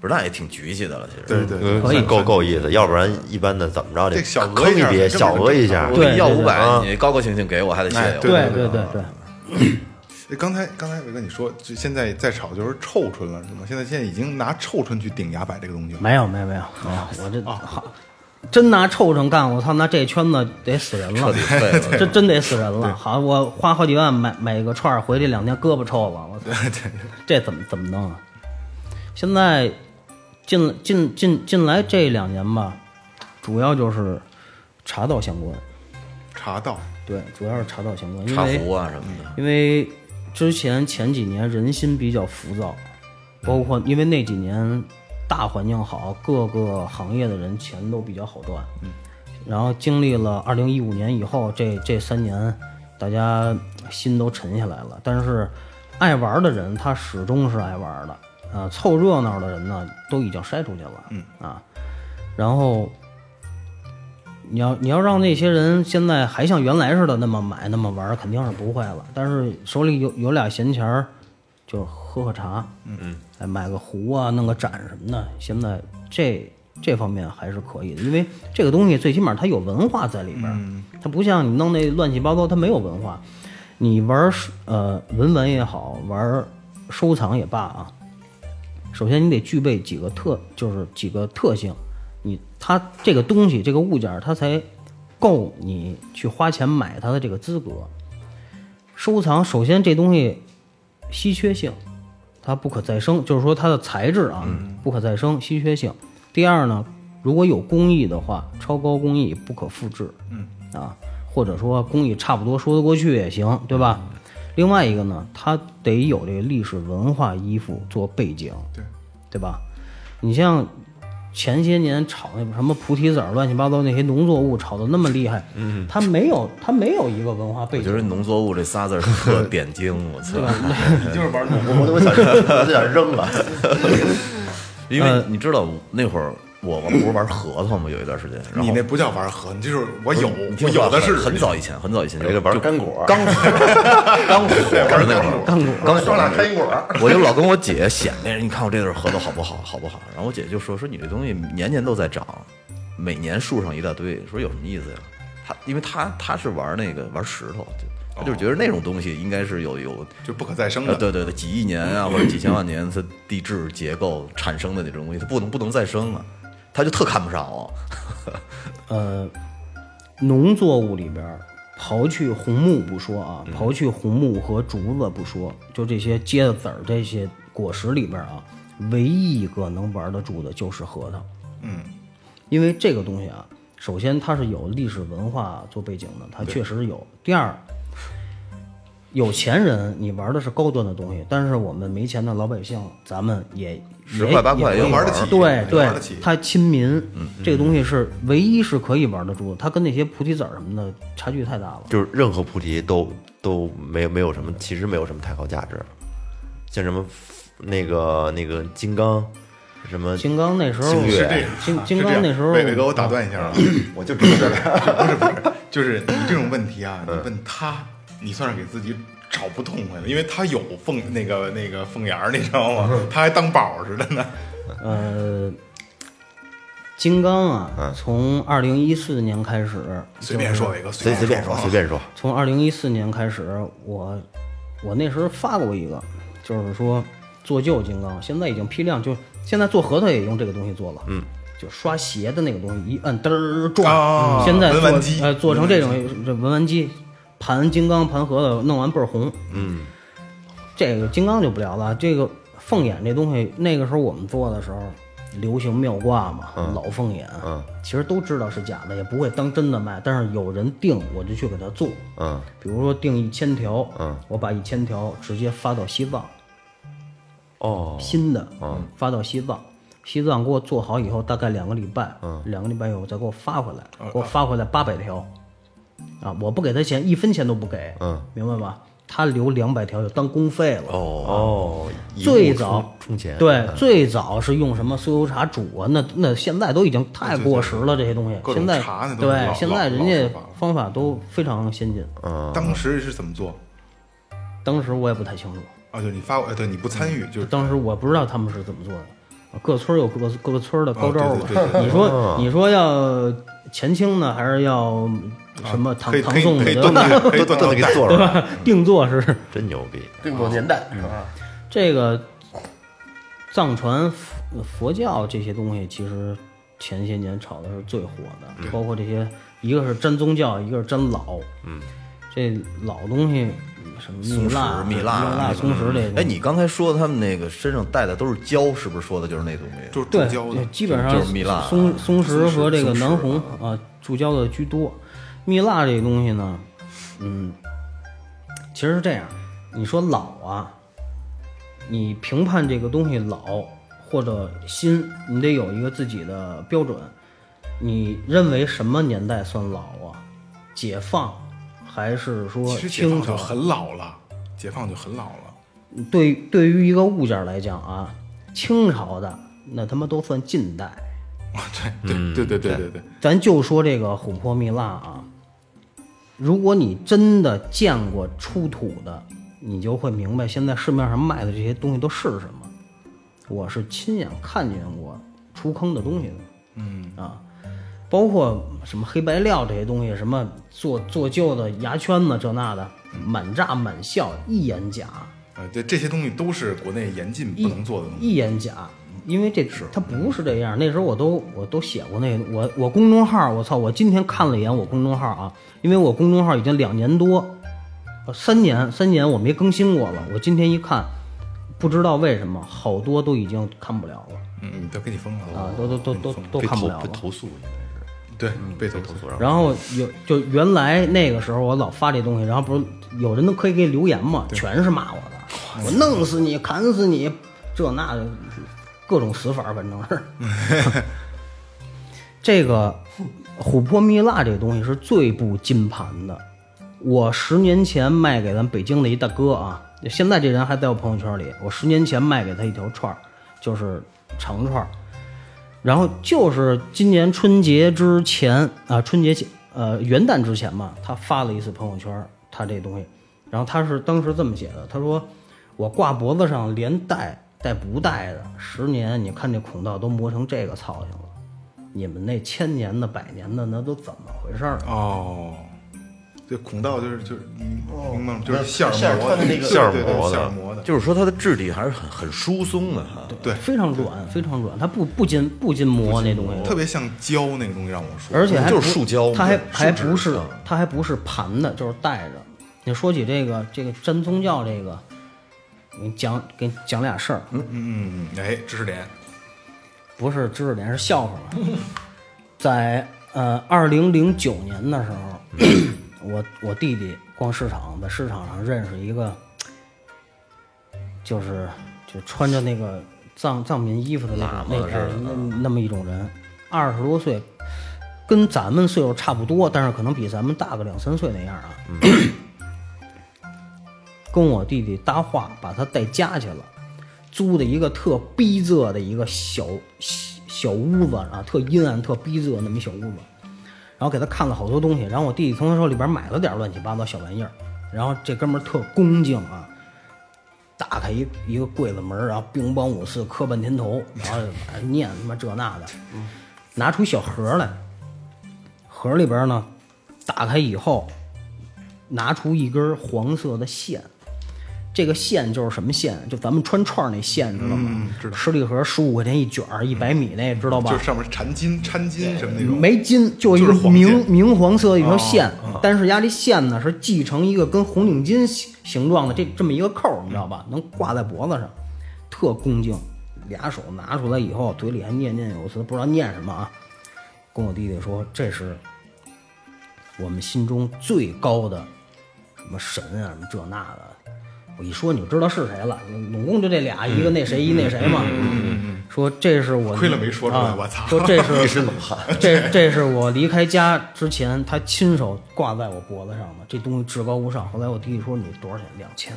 [SPEAKER 6] 不是，那也挺局气的了，其实。
[SPEAKER 2] 对对对，
[SPEAKER 7] 可以
[SPEAKER 8] 够够意思，要不然一般的怎么着得
[SPEAKER 2] 这小额
[SPEAKER 8] 坑
[SPEAKER 2] 一下
[SPEAKER 8] 别，
[SPEAKER 2] 根本
[SPEAKER 8] 小额一下
[SPEAKER 6] 我，给你要
[SPEAKER 7] 对对
[SPEAKER 6] 五
[SPEAKER 7] 对
[SPEAKER 6] 百
[SPEAKER 8] 啊，
[SPEAKER 6] 你高高兴兴给我，还得谢
[SPEAKER 2] 哎
[SPEAKER 6] 我。
[SPEAKER 2] 对
[SPEAKER 7] 对对对对，
[SPEAKER 2] 哎刚才刚才伟哥你说，就现在在炒就是臭春了，是吗？现在现在已经拿臭春去顶牙摆这个东西了。
[SPEAKER 7] 没有没有没有没有，我这好，真拿臭虫干，我操，那这圈子得死人了，这真得死人了。好，我花好几万买买个串儿，回去两天胳膊臭了，我 操，这怎么怎么弄啊？现在进进进进来这两年吧，主要就是茶道相关，
[SPEAKER 2] 茶道，
[SPEAKER 7] 对，主要是茶道相关，因
[SPEAKER 6] 茶
[SPEAKER 7] 为
[SPEAKER 6] 壶啊什么的，
[SPEAKER 7] 因为之前前几年人心比较浮躁，包括因为那几年大环境好，各个行业的人钱都比较好赚。嗯，然后经历了二零一五年以后，这这三年大家心都沉下来了。但是爱玩的人他始终是爱玩的，啊，凑热闹的人呢都已经筛出去了。嗯啊，然后你要你要让那些人现在还像原来似的那么买那么玩儿，肯定是不会了。但是手里有有俩闲钱儿，就喝喝茶，嗯嗯，哎，买个壶啊，弄个盏什么的。现在这这方面还是可以的，因为这个东西最起码它有文化在里边儿，它不像你弄那乱七八糟，它没有文化。你玩儿呃文玩也好，玩儿收藏也罢啊，首先你得具备几个特，就是几个特性，你它这个东西这个物件儿它才够你去花钱买它的这个资格。收藏首先这东西稀缺性，它不可再生，就是说它的材质啊、不可再生，稀缺性。第二呢，如果有工艺的话，超高工艺不可复制，嗯啊，或者说工艺差不多说得过去也行，对吧？另外一个呢，它得有这个历史文化依附做背景，
[SPEAKER 2] 对
[SPEAKER 7] 对吧？你像前些年炒那什么菩提子儿、乱七八糟那些农作物炒的那么厉害，嗯，它没有它没有一个文化背
[SPEAKER 6] 我
[SPEAKER 7] 景
[SPEAKER 6] 觉，得“农作物”这仨字儿特 点睛，我操！
[SPEAKER 2] 嗯
[SPEAKER 5] 我 都想，我都想扔了。
[SPEAKER 6] 因
[SPEAKER 2] 呃
[SPEAKER 6] 为你知道那会儿我我不是玩核桃吗？有一段时间，然后
[SPEAKER 2] 你那不叫玩核，你这就是我有，
[SPEAKER 6] 你听
[SPEAKER 2] 我
[SPEAKER 6] 我说
[SPEAKER 2] 有的是。
[SPEAKER 6] 很很早以前，很早以前就
[SPEAKER 5] 这个玩
[SPEAKER 6] 就
[SPEAKER 5] 干果，
[SPEAKER 6] 刚 刚火的那会儿，刚刚
[SPEAKER 5] 双俩开果，
[SPEAKER 6] 我就老跟我姐显摆，你看我这对核桃好不好，好不好？然后我姐就说说你这东西年年都在长，每年树上一大堆，说有什么意思呀？她因为她她是玩那个玩石头，就她就是觉得那种东西应该是有有
[SPEAKER 2] 就不可再生
[SPEAKER 6] 呃，
[SPEAKER 2] 的，
[SPEAKER 6] 对对对，几亿年 啊，或者几千万年，它地质结构产生的那种东西，它不能不能再生啊，他就特看不上我。
[SPEAKER 7] 呃，农作物里边儿，刨去红木不说啊，刨去红木和竹子不说，就这些结的籽儿这些果实里边儿啊，唯一一个能玩得住的就是核桃。因为这个东西啊，首先它是有历史文化做背景的，它确实有。第二，有钱人你玩的是高端的东西，但是我们没钱的老百姓，咱们也
[SPEAKER 6] 十
[SPEAKER 7] 也
[SPEAKER 6] 块八块
[SPEAKER 7] 也
[SPEAKER 6] 也玩
[SPEAKER 2] 得起
[SPEAKER 7] 对
[SPEAKER 2] 也
[SPEAKER 7] 对
[SPEAKER 2] 玩得起，
[SPEAKER 7] 它亲民，
[SPEAKER 8] 嗯
[SPEAKER 7] 这个东西是唯一是可以玩得住的，它跟那些菩提子儿什么的差距太大了。
[SPEAKER 8] 就是任何菩提都都没没有什么，其实没有什么太高价值，像什么那个那个金刚，什么
[SPEAKER 7] 金刚那时候
[SPEAKER 8] 星月
[SPEAKER 2] 哦是这样。啊
[SPEAKER 7] 金
[SPEAKER 2] 是
[SPEAKER 7] 金
[SPEAKER 2] 这
[SPEAKER 7] 刚
[SPEAKER 2] 样
[SPEAKER 7] 那时候，嗯
[SPEAKER 2] 伟伟哥，我打断一下啊，
[SPEAKER 5] 我就知 道这
[SPEAKER 2] 就是你这种问题啊，你
[SPEAKER 7] 嗯
[SPEAKER 2] 问他，你算是给自己找不痛快了，因为他有凤那个那个凤眼儿，你知道
[SPEAKER 7] 嗯
[SPEAKER 2] 吗？他还当宝似的呢。
[SPEAKER 7] 呃，金刚
[SPEAKER 8] 嗯
[SPEAKER 7] 啊，从二零一四年开始，
[SPEAKER 2] 随便说，伟哥，
[SPEAKER 8] 随随便说
[SPEAKER 2] 说，
[SPEAKER 8] 随便说，
[SPEAKER 7] 从二零一四年开始，我我那时候发过一个，就是说做旧金刚，现在已经批量就现在做核桃也用这个东西做了，嗯，就刷鞋的那个东西，一摁嘚儿撞，
[SPEAKER 2] 啊
[SPEAKER 7] 现在做
[SPEAKER 2] 文玩机
[SPEAKER 7] 呃做成这种这文玩机，盘金刚盘核桃弄完倍儿红，嗯，这个金刚就不聊了，这个凤眼这东西，那个时候我们做的时候。流行妙挂嘛，老凤眼，嗯，其实都知道是假的，也不会当真的卖。但是有人定，我就去给他做，
[SPEAKER 8] 嗯，
[SPEAKER 7] 比如说定一千条，嗯，我把一千条直接发到西藏，
[SPEAKER 8] 哦，
[SPEAKER 7] 新的，嗯，发到西藏，西藏给我做好以后，大概两个礼拜，嗯，两个礼拜以后再给我发回来，给我发回来八百条，啊，我不给他钱，一分钱都不给，嗯，明白吧？他留两百条就当公费了，哦，
[SPEAKER 8] 哦，一
[SPEAKER 7] 最
[SPEAKER 8] 步
[SPEAKER 7] 早
[SPEAKER 8] 充充钱，嗯
[SPEAKER 7] 对，
[SPEAKER 2] 嗯
[SPEAKER 7] 最早是用什么酥油茶煮啊，那那现在都已经太过时了，这些东西，
[SPEAKER 2] 嗯各种
[SPEAKER 7] 现在
[SPEAKER 2] 茶那都是老
[SPEAKER 7] 对，现在人
[SPEAKER 2] 老
[SPEAKER 7] 家
[SPEAKER 2] 老方法了
[SPEAKER 7] 方法都非常先进，
[SPEAKER 2] 啊
[SPEAKER 8] 嗯
[SPEAKER 2] 当时是怎么做？
[SPEAKER 7] 当时我也不太清楚。
[SPEAKER 2] 啊，就你发我，哎对，你不参与，就是
[SPEAKER 7] 当时我不知道他们是怎么做的，各村儿有各各个村儿的高招儿吧
[SPEAKER 2] 哦对对对对。
[SPEAKER 7] 你说你说要前清呢，还是要什么唐
[SPEAKER 2] 啊可以
[SPEAKER 7] 唐
[SPEAKER 2] 可以
[SPEAKER 7] 宋
[SPEAKER 2] 可
[SPEAKER 7] 的
[SPEAKER 2] 以
[SPEAKER 7] 对
[SPEAKER 2] 炖
[SPEAKER 7] 吧？
[SPEAKER 2] 的，可以
[SPEAKER 8] 都
[SPEAKER 2] 炖
[SPEAKER 8] 都
[SPEAKER 2] 的
[SPEAKER 8] 得给做出
[SPEAKER 7] 对
[SPEAKER 8] 来，
[SPEAKER 7] 吧？定做是
[SPEAKER 8] 真牛逼。
[SPEAKER 4] 定做年代啊，
[SPEAKER 7] 这个藏传佛佛教这些东西，其实前些年炒的是最火的，包括这些，一个是沾宗教，一个是沾老，嗯，这老东西什么蜜
[SPEAKER 6] 松石
[SPEAKER 7] 蜡、、
[SPEAKER 6] 蜜蜡、
[SPEAKER 7] 蜜蜡、松石这些东
[SPEAKER 2] 嗯
[SPEAKER 7] 西，
[SPEAKER 6] 哎，你刚才说的他们那个身上带的都是胶，是不是说的就是那东西？
[SPEAKER 2] 就是
[SPEAKER 7] 对
[SPEAKER 2] 注胶的，
[SPEAKER 7] 基本上
[SPEAKER 6] 就是蜜蜡
[SPEAKER 7] 松松石和这个
[SPEAKER 6] 松石
[SPEAKER 7] 南红啊，注胶的居多。蜜蜡这个东西呢，嗯，其实是这样，你说老啊，你评判这个东西老或者新，你得有一个自己的标准。你认为什么年代算老啊？解放还是说
[SPEAKER 2] 其实解
[SPEAKER 7] 清
[SPEAKER 2] 放
[SPEAKER 7] 朝
[SPEAKER 2] 就？很老了，解放就很老了。
[SPEAKER 7] 对，对于一个物件来讲啊，清朝的那他妈都算近代。
[SPEAKER 2] 啊，对
[SPEAKER 7] 嗯
[SPEAKER 2] 对对对对对对，
[SPEAKER 7] 咱就说这个琥珀蜜蜡啊，如果你真的见过出土的，你就会明白现在市面上卖的这些东西都是什么。我是亲眼看见过出坑的东西的，嗯啊，包括什么黑白料这些东西，什么做做旧的牙圈子这那的，满炸满笑，一眼假，
[SPEAKER 2] 呃，对这些东西都是国内严禁
[SPEAKER 7] 一
[SPEAKER 2] 不能做的东西。
[SPEAKER 7] 一眼假，因为这它不是这样。那时候我都我都写过那个我我公众号，我操！我今天看了一眼我公众号啊，因为我公众号已经两年多，呃三年三年我没更新过了。我今天一看，不知道为什么好多都已经看不了了
[SPEAKER 2] 嗯，嗯，都给你封了
[SPEAKER 7] 啊，都都都都都
[SPEAKER 8] 被
[SPEAKER 7] 看不
[SPEAKER 8] 投
[SPEAKER 7] 了
[SPEAKER 8] 被
[SPEAKER 7] 了。
[SPEAKER 8] 投诉应该
[SPEAKER 2] 对，被投
[SPEAKER 8] 是投
[SPEAKER 2] 诉。
[SPEAKER 8] 诉上。
[SPEAKER 7] 然后有就原来那个时候我老发这东西，然后不是有人都可以给留言嘛，全是骂我的，我弄死你，砍死你，这那的，各种死法儿，反正是。 这个琥珀蜜蜡这个东西是最不禁盘的。我十年前卖给咱北京的一大哥啊，现在这人还在我朋友圈里。我十年前卖给他一条串儿，就是长串儿，然后就是今年春节之前啊、春节前呃元旦之前吧，他发了一次朋友圈，他这东西，然后他是当时这么写的，他说我挂脖子上连带带不带的，十年你看这孔道都磨成这个操性了，你们那千年的百年的那都怎么回事儿？啊
[SPEAKER 2] 哦，这孔道就是就是，嗯明白吗？就是馅儿
[SPEAKER 5] 哦馅儿
[SPEAKER 2] 磨
[SPEAKER 5] 穿
[SPEAKER 2] 的
[SPEAKER 5] 的那个
[SPEAKER 2] 馅儿对对
[SPEAKER 8] 馅儿磨的
[SPEAKER 2] 馅儿磨的，
[SPEAKER 6] 就是说它的质地还是很很疏松的哈。
[SPEAKER 2] 对
[SPEAKER 7] 非常软，非常软，它不不禁不禁磨那东西，
[SPEAKER 2] 特别像胶那个东西，让我说。
[SPEAKER 7] 而且还不
[SPEAKER 6] 就是塑胶
[SPEAKER 7] 它还
[SPEAKER 6] 对
[SPEAKER 7] 还
[SPEAKER 6] 树脂
[SPEAKER 7] 不是
[SPEAKER 6] 嗯
[SPEAKER 7] 它还不是盘的，就是带着。你说起这个这个真宗教这个，你讲给你讲俩事儿，
[SPEAKER 2] 嗯，哎，知识点，
[SPEAKER 7] 不是知识点，是笑话嘛。 在呃二零零九年的时候， 我我弟弟逛市场，在市场上认识一个，就是就穿着那个藏藏民衣服的那种那哎那那么一种人，二十多岁，跟咱们岁数差不多，但是可能比咱们大个两三岁那样啊。跟我弟弟搭话，把他带家去了。租的一个特逼仄的一个小小小屋子啊，特阴暗、特逼仄那么一小屋子，然后给他看了好多东西，然后我弟弟从他手里边买了点乱七八糟小玩意儿，然后这哥们儿特恭敬啊，打开一一个柜子门儿，然后兵帮五四磕半天头，然后哎念他妈这那的，拿出小盒儿来，盒儿里边呢，打开以后，拿出一根黄色的线，这个线就是什么线？就咱们穿串儿那线，知道吗？
[SPEAKER 2] 嗯知道
[SPEAKER 7] 十里河十五块钱一卷儿，一百米那，知道吧？
[SPEAKER 2] 就是上面缠金、掺金什么那种。
[SPEAKER 7] 没金，就一
[SPEAKER 2] 就
[SPEAKER 7] 个
[SPEAKER 2] 是黄哦
[SPEAKER 7] 明
[SPEAKER 2] 线
[SPEAKER 7] 明黄色的一条线，但是压力线呢是系成一个跟红领巾形形状的这这么一个扣儿，你知道吧？能挂在脖子上，特恭敬。俩手拿出来以后，嘴里还念念有词，不知道念什么啊。跟我弟弟说，这是我们心中最高的什么神啊，什么这那的。我一说你就知道是谁了，拢共就这俩，
[SPEAKER 2] 嗯
[SPEAKER 7] 一个那谁，一那谁嘛。说这是我
[SPEAKER 2] 亏了没说出来
[SPEAKER 7] 啊
[SPEAKER 2] 我操
[SPEAKER 7] 说这 是一身冷汗。这这是我离开家之前，他亲手挂在我脖子上的，这东西至高无上。后来我弟弟说你多少钱？两千，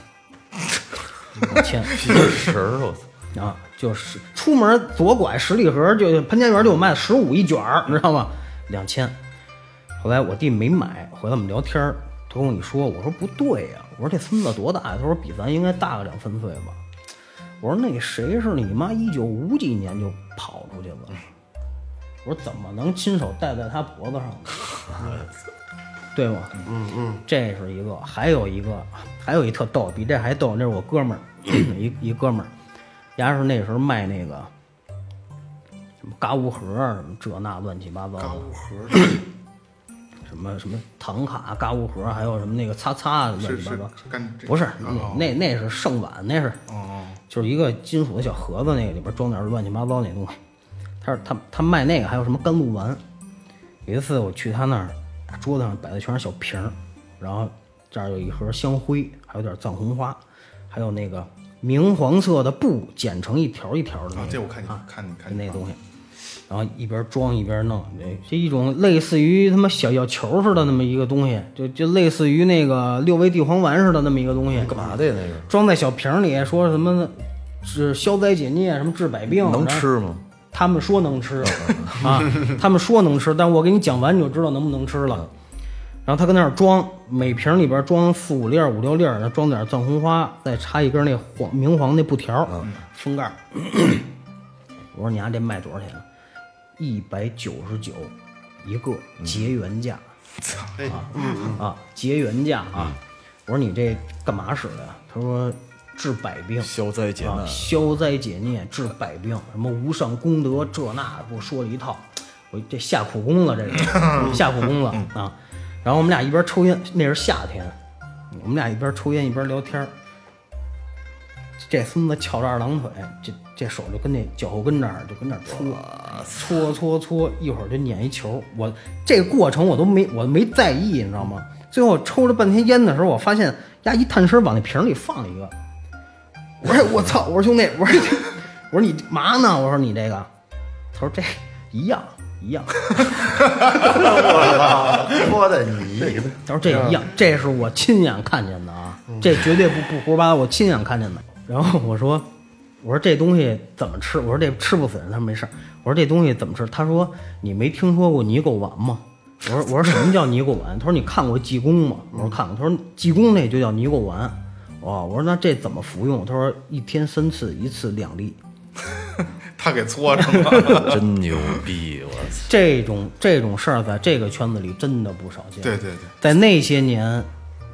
[SPEAKER 7] 两 千。
[SPEAKER 8] 神儿，我操！
[SPEAKER 7] 啊，就是出门左拐十里河就潘家园就有卖十五一卷儿，你知道吗？两千。后来我弟没买，回来我们聊天儿，他跟我一说，我说不对呀、我说这孙子多大呀、他说比咱应该大个两三岁吧。我说那谁是你妈？一九五几年就跑出去了。我说怎么能亲手戴在他脖子上呢？对吗？嗯嗯，这是一个，还有一个，还有一特逗，比这还逗，那是我 哥们儿，一一哥们儿，牙是那时候卖那个什么嘎乌盒儿什么这那乱七八糟的。嘎乌盒， 什么什么唐卡啊嘎乌盒，还有什么那个擦擦乱
[SPEAKER 2] 是
[SPEAKER 7] 七
[SPEAKER 2] 是
[SPEAKER 7] 八糟。
[SPEAKER 2] 是干这
[SPEAKER 7] 不是，
[SPEAKER 2] 哦
[SPEAKER 7] 那那是圣碗，那是，就是一个金属的小盒子，那个里边装点乱七八糟那东西。他是他他卖那个，还有什么甘露丸。有一次我去他那儿，桌子上摆的全是小瓶儿，然后这儿有一盒香灰，还有点藏红花，还有那个明黄色的布剪成一条一条的那个、
[SPEAKER 2] 啊这我看你
[SPEAKER 7] 啊
[SPEAKER 2] 看你看你
[SPEAKER 7] 那
[SPEAKER 2] 发
[SPEAKER 7] 东西。然后一边装一边弄，哎这一种类似于他妈小药球似的那么一个东西，就就类似于那个六味地黄丸似的那么一个东西，干嘛的呀？那个装在小瓶里，说什么治消灾解腻，什么治百病，
[SPEAKER 6] 能
[SPEAKER 7] 然后
[SPEAKER 6] 吃吗？
[SPEAKER 7] 他们说能吃啊，他们说能吃，但我给你讲完你就知道能不能吃了。然后他跟那儿装，每瓶里边装四五粒儿、五六粒儿，然后装点藏红花，再插一根那黄明黄那布条儿，封盖儿。我说你丫这卖多少钱？一百九十九一个，结缘价。啊啊，结缘价啊！我说你这干嘛使的呀？他说治百病。
[SPEAKER 6] 消灾解
[SPEAKER 7] 啊
[SPEAKER 6] 难，
[SPEAKER 2] 哦
[SPEAKER 7] 消灾解孽、治百病，什么无上功德，这那给我说了一套，我这下苦功了，这个下苦功了啊。然后我们俩一边抽烟，那是夏天，我们俩一边抽烟一边聊天儿。这孙子翘着二郎腿，这这手就跟那脚后跟这儿就跟那儿搓搓搓搓，一会儿就撵一球。我这个过程我都没我没在意，你知道吗？最后抽了半天烟的时候，我发现丫一探身往那瓶里放了一个，我说我操！我说兄弟，我说你我说你嘛呢？我说你这个，他说这一样一样，
[SPEAKER 8] 说的你
[SPEAKER 7] 他说这一样，这是我亲眼看见的啊，这绝对不不胡说八道，我亲眼看见的。然后我说我说这东西怎么吃？我说这吃不死人，他说没事儿。我说这东西怎么吃？他说你没听说过尼狗丸吗？我说我说什么叫尼狗丸？他说你看过济公吗？我说看过。他说济公那就叫尼狗丸。哦，我说那这怎么服用？他说一天三次，一次两粒。
[SPEAKER 2] 他给搓成 了。
[SPEAKER 6] 真牛逼！我操，
[SPEAKER 7] 这种这种事儿在这个圈子里真的不少见。
[SPEAKER 2] 对对对，
[SPEAKER 7] 在那些年，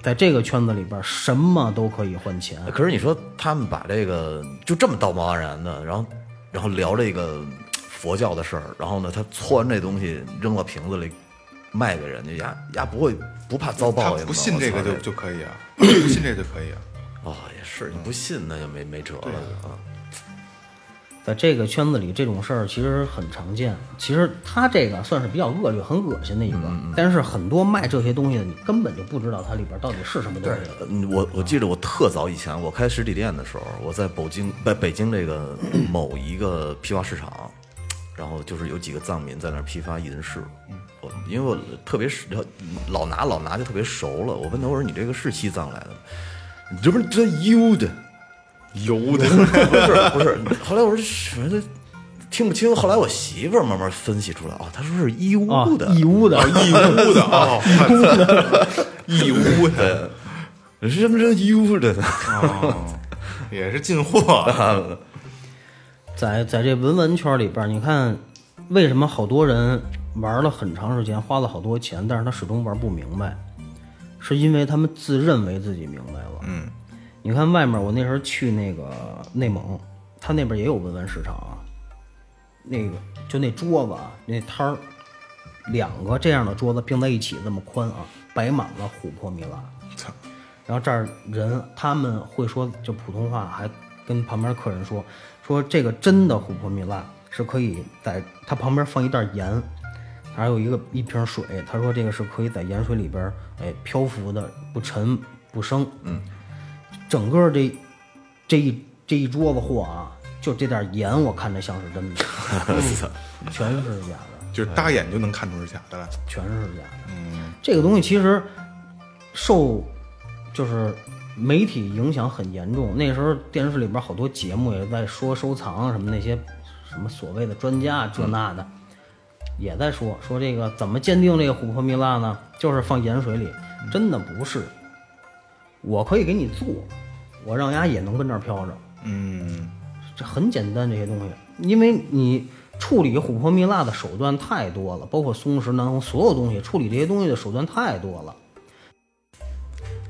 [SPEAKER 7] 在这个圈子里边，什么都可以换钱。
[SPEAKER 6] 可是你说他们把这个就这么道貌岸然的，然后然后聊这个佛教的事儿，然后呢，他搓完这东西扔到瓶子里卖给人家，呀呀不会不怕遭
[SPEAKER 2] 他
[SPEAKER 6] 报应吗？
[SPEAKER 2] 不信这个
[SPEAKER 6] 我操
[SPEAKER 2] 就就可以啊，不信这个就可以啊。
[SPEAKER 6] 哦也是，你不信那就没没辙了啊。
[SPEAKER 7] 在这个圈子里，这种事儿其实很常见。其实他这个算是比较恶劣、很恶心的一个，
[SPEAKER 2] 嗯
[SPEAKER 7] 但是很多卖这些东西的，你根本就不知道它里边到底是什么东西。
[SPEAKER 6] 嗯，我我记得我特早以前我开实体店的时候，我在北京在北京这个某一个批发市场，然后就是有几个藏民在那儿批发银饰，我因为我特别熟老拿老拿就特别熟了，我问他我说你这个是西藏来的吗？你这不是这油的，油的 不是不是，后来我说反正听不清，后来我媳妇儿慢慢分析出来啊，她说是义乌
[SPEAKER 7] 啊
[SPEAKER 6] 的，，
[SPEAKER 7] 义乌的，
[SPEAKER 2] 义乌的啊，义乌的，
[SPEAKER 6] 什么什么义乌的，
[SPEAKER 2] 也是进货啊，
[SPEAKER 7] 在在这文玩圈里边儿，你看为什么好多人玩了很长时间，花了好多钱，但是他始终玩不明白，是因为他们自认为自己明白了。嗯，你看外面，我那时候去那个内蒙，他那边也有文玩市场啊，那个就那桌子啊，那摊儿，两个这样的桌子并在一起这么宽啊，摆满了琥珀蜜蜡。然后这儿人他们会说就普通话，还跟旁边客人说说这个真的琥珀蜜蜡是可以在它旁边放一袋盐，还有一个一瓶水，他说这个是可以在盐水里边哎漂浮的，不沉不生。嗯，整个这这一这一桌子货啊，就这点盐，我看着像是真的，全是假的，
[SPEAKER 2] 就是搭眼就能看出是假的来。
[SPEAKER 7] 全是假的。嗯，这个东西其实受就是媒体影响很严重。那时候电视里边好多节目也在说收藏啊什么那些什么所谓的专家这那的，也在说说这个怎么鉴定这个琥珀蜜蜡呢？就是放盐水里，真的不是。我可以给你做，我让丫也能跟这儿飘着。
[SPEAKER 2] 嗯，
[SPEAKER 7] 这很简单这些东西，因为你处理琥珀蜜蜡的手段太多了，包括松石、南红，所有东西处理这些东西的手段太多了。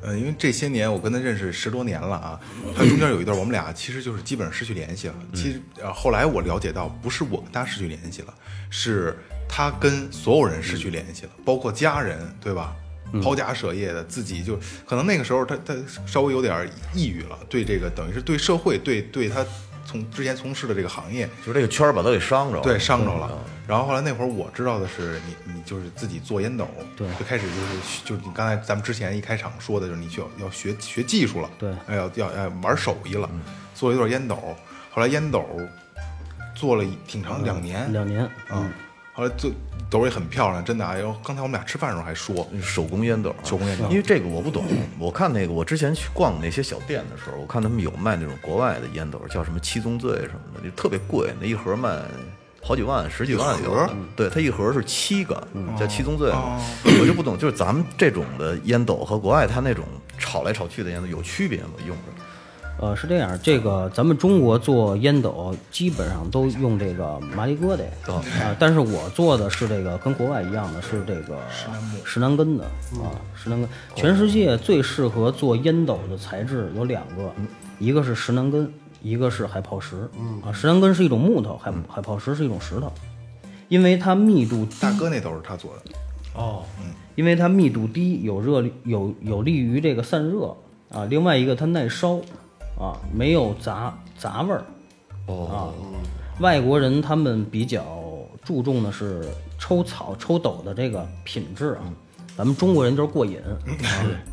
[SPEAKER 2] 呃，因为这些年我跟他认识十多年了啊，他中间有一段我们俩其实就是基本上失去联系了。其实呃，后来我了解到，不是我跟他失去联系了，是他跟所有人失去联系了，包括家人，对吧？抛家舍业的，自己就可能那个时候他他稍微有点抑郁了，对这个等于是对社会，对对他从之前从事的这个行业，
[SPEAKER 6] 就是这个圈儿把他给伤着了，
[SPEAKER 2] 对，伤着
[SPEAKER 7] 嗯
[SPEAKER 2] 了。然后后来那会儿我知道的是你，你就是自己做烟斗，
[SPEAKER 7] 对
[SPEAKER 2] 就开始就是就是你刚才咱们之前一开场说的，就是你需要要学学技术了，
[SPEAKER 7] 对嗯
[SPEAKER 2] 哎要要哎玩手艺了，做了一段烟斗，后来烟斗做了一挺长两年，
[SPEAKER 7] 两年，
[SPEAKER 2] 嗯，后来做斗也很漂亮，真的啊。然后刚才我们俩吃饭的时候还说，
[SPEAKER 7] 嗯
[SPEAKER 6] 手工烟斗啊，
[SPEAKER 2] 手工烟斗
[SPEAKER 6] 因为这个我不懂，我看那个我之前去逛那些小店的时候，我看他们有卖那种国外的烟斗，叫什么七宗罪什么的，就特别贵，那一盒卖好几万、十几万有的。对，它一盒是七个，
[SPEAKER 2] 嗯
[SPEAKER 6] 叫七宗罪嘛。
[SPEAKER 2] 哦
[SPEAKER 6] 我就不懂，就是咱们这种的烟斗和国外它那种炒来炒去的烟斗有区别吗？用着
[SPEAKER 7] 呃，是这样，这个咱们中国做烟斗基本上都用这个麻里疙瘩啊、但是我做的是这个跟国外一样的，是这个石楠根的啊，石楠根。全世界最适合做烟斗的材质有两个，一个是石楠根，一个是海泡石。嗯啊，石楠根是一种木头，海海泡石是一种石头，因为它密度低
[SPEAKER 2] 大哥那斗是他做的，
[SPEAKER 7] 因为它密度低，有热力有有利于这个散热啊。另外一个它耐烧啊，没有杂杂味儿。哦、啊，外国人他们比较注重的是抽草抽斗的这个品质啊，咱们中国人就是过瘾。啊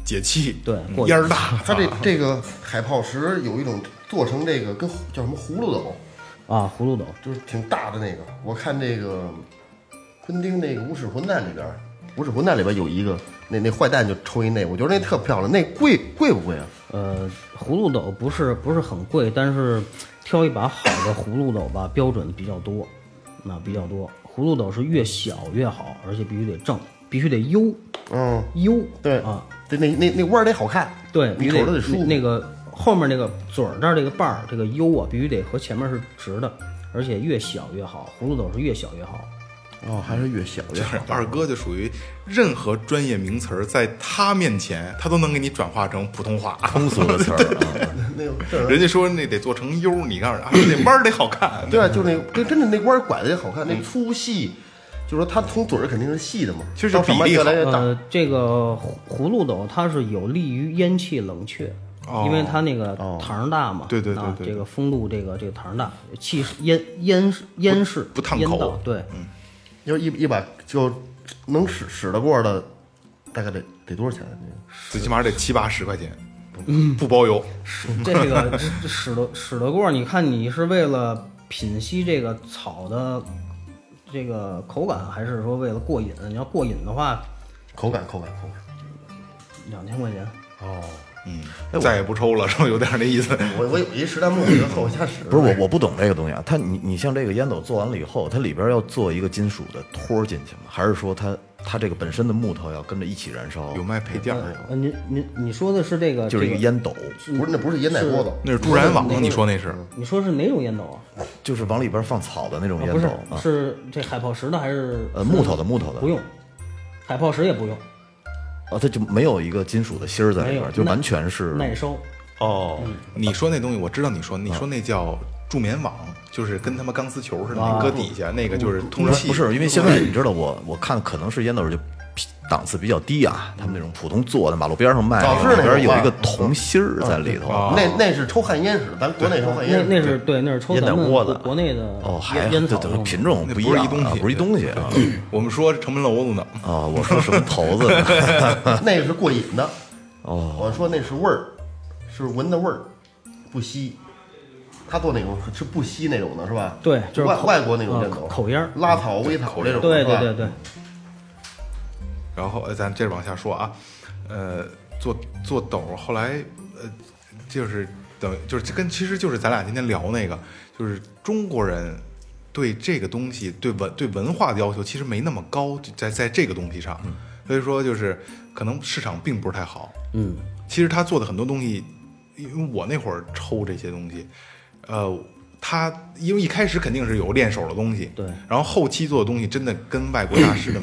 [SPEAKER 2] 解气，
[SPEAKER 7] 对过瘾
[SPEAKER 2] 烟儿大，
[SPEAKER 4] 它这这个海泡石有一种做成这个跟葫叫什么葫芦斗，
[SPEAKER 7] 啊，葫芦斗，
[SPEAKER 4] 就是挺大的那个。我看那个昆汀那个《无耻混蛋》里边儿，《无耻混蛋》里边有一个那那坏蛋就抽一那，我觉得那特漂亮。那贵贵不贵啊？
[SPEAKER 7] 呃，葫芦斗不是不是很贵，但是挑一把好的葫芦斗吧，标准比较多，那比较多。葫芦斗是越小越好，而且必须得正，必须得优
[SPEAKER 4] 嗯，
[SPEAKER 7] 优。
[SPEAKER 4] 对
[SPEAKER 7] 啊，，
[SPEAKER 4] 对那那那弯儿得好看，
[SPEAKER 7] 对，
[SPEAKER 4] 你
[SPEAKER 7] 必须
[SPEAKER 4] 瞅着得舒服。
[SPEAKER 7] 那那个后面那个嘴儿这儿这个把儿，这个 U 啊，必须得和前面是直的，而且越小越好。葫芦斗是越小越好。
[SPEAKER 4] 哦，还是越小越好。
[SPEAKER 2] 二哥就属于任何专业名词儿，在他面前，他都能给你转化成普通话。
[SPEAKER 6] 通俗的词儿啊，
[SPEAKER 4] 那个这 儿
[SPEAKER 2] 人家说那得做成 U，你告诉人啊，那弯儿得好看。
[SPEAKER 4] 对啊，就是那个跟真的那弯儿拐的也好看，那粗细，就是说它从嘴儿肯定是细的嘛，
[SPEAKER 2] 嗯其实
[SPEAKER 4] 到上
[SPEAKER 2] 比
[SPEAKER 4] 面
[SPEAKER 2] 例
[SPEAKER 4] 越来越大。
[SPEAKER 7] 呃，这个葫葫芦斗它是有利于烟气冷却，
[SPEAKER 2] 哦
[SPEAKER 7] 因为它那个膛儿大嘛，
[SPEAKER 2] 对对对
[SPEAKER 7] 啊
[SPEAKER 2] 对
[SPEAKER 7] 这个风度这个这个膛儿大，气势烟烟烟势
[SPEAKER 2] 不烫
[SPEAKER 7] 烟
[SPEAKER 2] 口啊
[SPEAKER 7] 道对，
[SPEAKER 4] 要一一把就能使使得过的，大概得得多少钱啊？
[SPEAKER 2] 最起码得七八十块钱，
[SPEAKER 6] 嗯
[SPEAKER 2] 不包邮。嗯
[SPEAKER 7] 这个这使得使得过，你看你是为了品析这个草的这个口感，还是说为了过瘾？你要过瘾的话，
[SPEAKER 4] 这个口感口感口感。
[SPEAKER 7] 两千块钱。
[SPEAKER 2] 嗯
[SPEAKER 6] 哎
[SPEAKER 2] 再也不抽了，是吧？有点那意思。
[SPEAKER 6] 哦
[SPEAKER 4] 我我有一实弹木，我觉得后下使
[SPEAKER 6] 不是我我不懂这个东西啊。它你你像这个烟斗做完了以后，它里边要做一个金属的托儿进去吗？还是说它它这个本身的木头要跟着一起燃烧？
[SPEAKER 2] 有卖配件儿，
[SPEAKER 7] 呃，您您你说的是这个，
[SPEAKER 6] 就是一
[SPEAKER 7] 这
[SPEAKER 6] 个
[SPEAKER 7] 个
[SPEAKER 6] 烟斗，
[SPEAKER 4] 不是那不是烟袋锅斗，
[SPEAKER 2] 那是助燃网，你说那是？
[SPEAKER 6] 嗯
[SPEAKER 7] 你说是哪种烟斗啊？
[SPEAKER 6] 就是往里边放草的那种
[SPEAKER 7] 啊
[SPEAKER 6] 烟
[SPEAKER 7] 不
[SPEAKER 6] 斗
[SPEAKER 7] 是
[SPEAKER 6] 啊，
[SPEAKER 7] 是这海泡石的还是
[SPEAKER 6] 呃木头的木头的
[SPEAKER 7] 不用，海泡石也不用，
[SPEAKER 6] 啊，它就没有一个金属的芯儿在
[SPEAKER 7] 没
[SPEAKER 6] 里
[SPEAKER 7] 有
[SPEAKER 6] 边，就
[SPEAKER 7] 耐
[SPEAKER 6] 完全是
[SPEAKER 7] 耐烧。
[SPEAKER 8] 哦，
[SPEAKER 6] 嗯
[SPEAKER 2] 你说那东西，我知道你说，你说那叫助眠网，就是跟他妈钢丝球似的，你搁底下那个就是通
[SPEAKER 6] 哦不是
[SPEAKER 2] 气。
[SPEAKER 6] 不是，因为现在你知道我我看可能是烟斗就档次比较低啊，他们那种普通做的马路边上卖的
[SPEAKER 4] 早市那
[SPEAKER 6] 里边
[SPEAKER 4] 种
[SPEAKER 6] 有一
[SPEAKER 4] 吧嗯
[SPEAKER 6] 个铜芯儿在里头，
[SPEAKER 4] 那那是抽旱烟使，咱国内抽旱
[SPEAKER 7] 那
[SPEAKER 4] 烟
[SPEAKER 7] 那是对，那是抽
[SPEAKER 8] 烟
[SPEAKER 7] 咱
[SPEAKER 8] 袋
[SPEAKER 7] 们
[SPEAKER 8] 窝
[SPEAKER 7] 国
[SPEAKER 8] 子
[SPEAKER 7] 国内的
[SPEAKER 6] 哦，还
[SPEAKER 7] 烟烟
[SPEAKER 6] 对
[SPEAKER 7] 草
[SPEAKER 6] 对
[SPEAKER 7] 用的
[SPEAKER 6] 品种
[SPEAKER 2] 那
[SPEAKER 6] 不一
[SPEAKER 2] 不是
[SPEAKER 6] 样
[SPEAKER 2] 一东
[SPEAKER 6] 啊
[SPEAKER 2] 西
[SPEAKER 6] 不是一东西啊
[SPEAKER 2] 我们说城门楼子呢，
[SPEAKER 6] 啊，我说什么头子呢？
[SPEAKER 4] 那个是过瘾的。哦，我说那是味儿，是闻的味儿，不吸。他做那种是不吸那种的是吧？
[SPEAKER 7] 对就是
[SPEAKER 4] 外
[SPEAKER 7] 口
[SPEAKER 4] 外国那种
[SPEAKER 7] 啊
[SPEAKER 4] 烟斗，
[SPEAKER 7] 口烟儿
[SPEAKER 4] 拉草、微草这种。
[SPEAKER 7] 对对
[SPEAKER 4] 是吧
[SPEAKER 7] 对对，
[SPEAKER 2] 然后呃咱接着往下说啊，呃，做做斗儿，后来呃，就是等就是跟其实就是咱俩今天聊那个，就是中国人对这个东西对文对文化的要求其实没那么高，就在在这个东西上，所以说就是可能市场并不是太好。
[SPEAKER 7] 嗯，
[SPEAKER 2] 其实他做的很多东西因为我那会儿抽这些东西，呃，他因为一开始肯定是有练手的东西，
[SPEAKER 7] 对
[SPEAKER 2] 然后后期做的东西真的跟外国大师的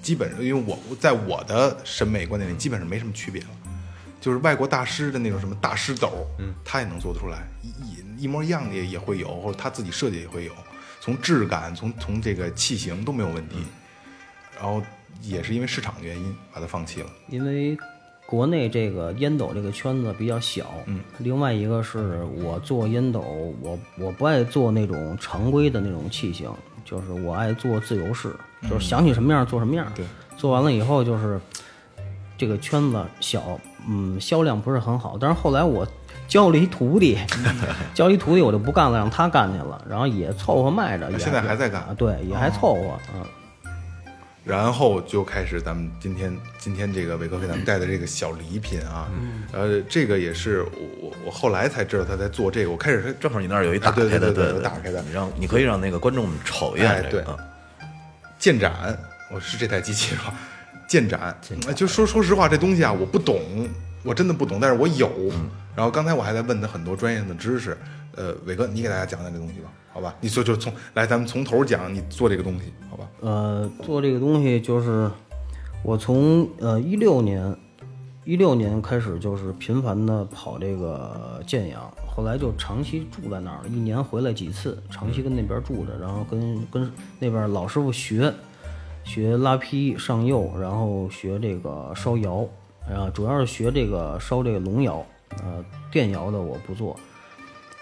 [SPEAKER 2] 基本上，因为我在我的审美观点里基本上没什么区别了。就是外国大师的那种什么大师斗，嗯，他也能做得出来，一一一模一样的也也会有，或者他自己设计也会有，从质感，从从这个器型都没有问题。然后也是因为市场原因把它放弃了。
[SPEAKER 7] 因为国内这个烟斗这个圈子比较小，嗯，另外一个是我做烟斗，我我不爱做那种常规的那种器型，就是我爱做自由式，就是想起什么样做什么样，
[SPEAKER 2] 嗯对，
[SPEAKER 7] 做完了以后就是这个圈子小，嗯，销量不是很好，但是后来我。教了一徒弟，
[SPEAKER 2] 嗯
[SPEAKER 7] 教了一徒弟，我就不干了，让他干去了，然后也凑合卖着。也
[SPEAKER 2] 现在还在干哦
[SPEAKER 7] 啊？对，也还凑合。嗯，
[SPEAKER 2] 然后就开始咱们今天今天这个伟哥给咱们带的这个小礼品啊，呃，这个也是我我我后来才知道他在做这个，我开始
[SPEAKER 6] 正好你那儿有一
[SPEAKER 2] 啊
[SPEAKER 6] 打
[SPEAKER 2] 对
[SPEAKER 6] 开
[SPEAKER 2] 对
[SPEAKER 6] 的，
[SPEAKER 2] 对
[SPEAKER 6] 对
[SPEAKER 2] 有打开的
[SPEAKER 6] 你让你可以让那个观众们瞅一
[SPEAKER 2] 哎
[SPEAKER 6] 眼这
[SPEAKER 2] 对
[SPEAKER 6] 个。嗯
[SPEAKER 2] 建盏，我是这台机器是 吧？建盏，呃就说说实话，这东西啊，我不懂，我真的不懂，但是我有。然后刚才我还在问他很多专业上的知识，呃，伟哥，你给大家讲讲这东西吧，好吧？你就就从来咱们从头讲，你做这个东西，好吧？
[SPEAKER 7] 呃，做这个东西就是我从呃一六年，一六年开始就是频繁的跑这个建阳，后来就长期住在那儿了，一年回来几次，长期跟那边住着，然后跟跟那边老师傅学学拉坯上釉，然后学这个烧窑，啊，主要是学这个烧这个龙窑，呃，电窑的我不做，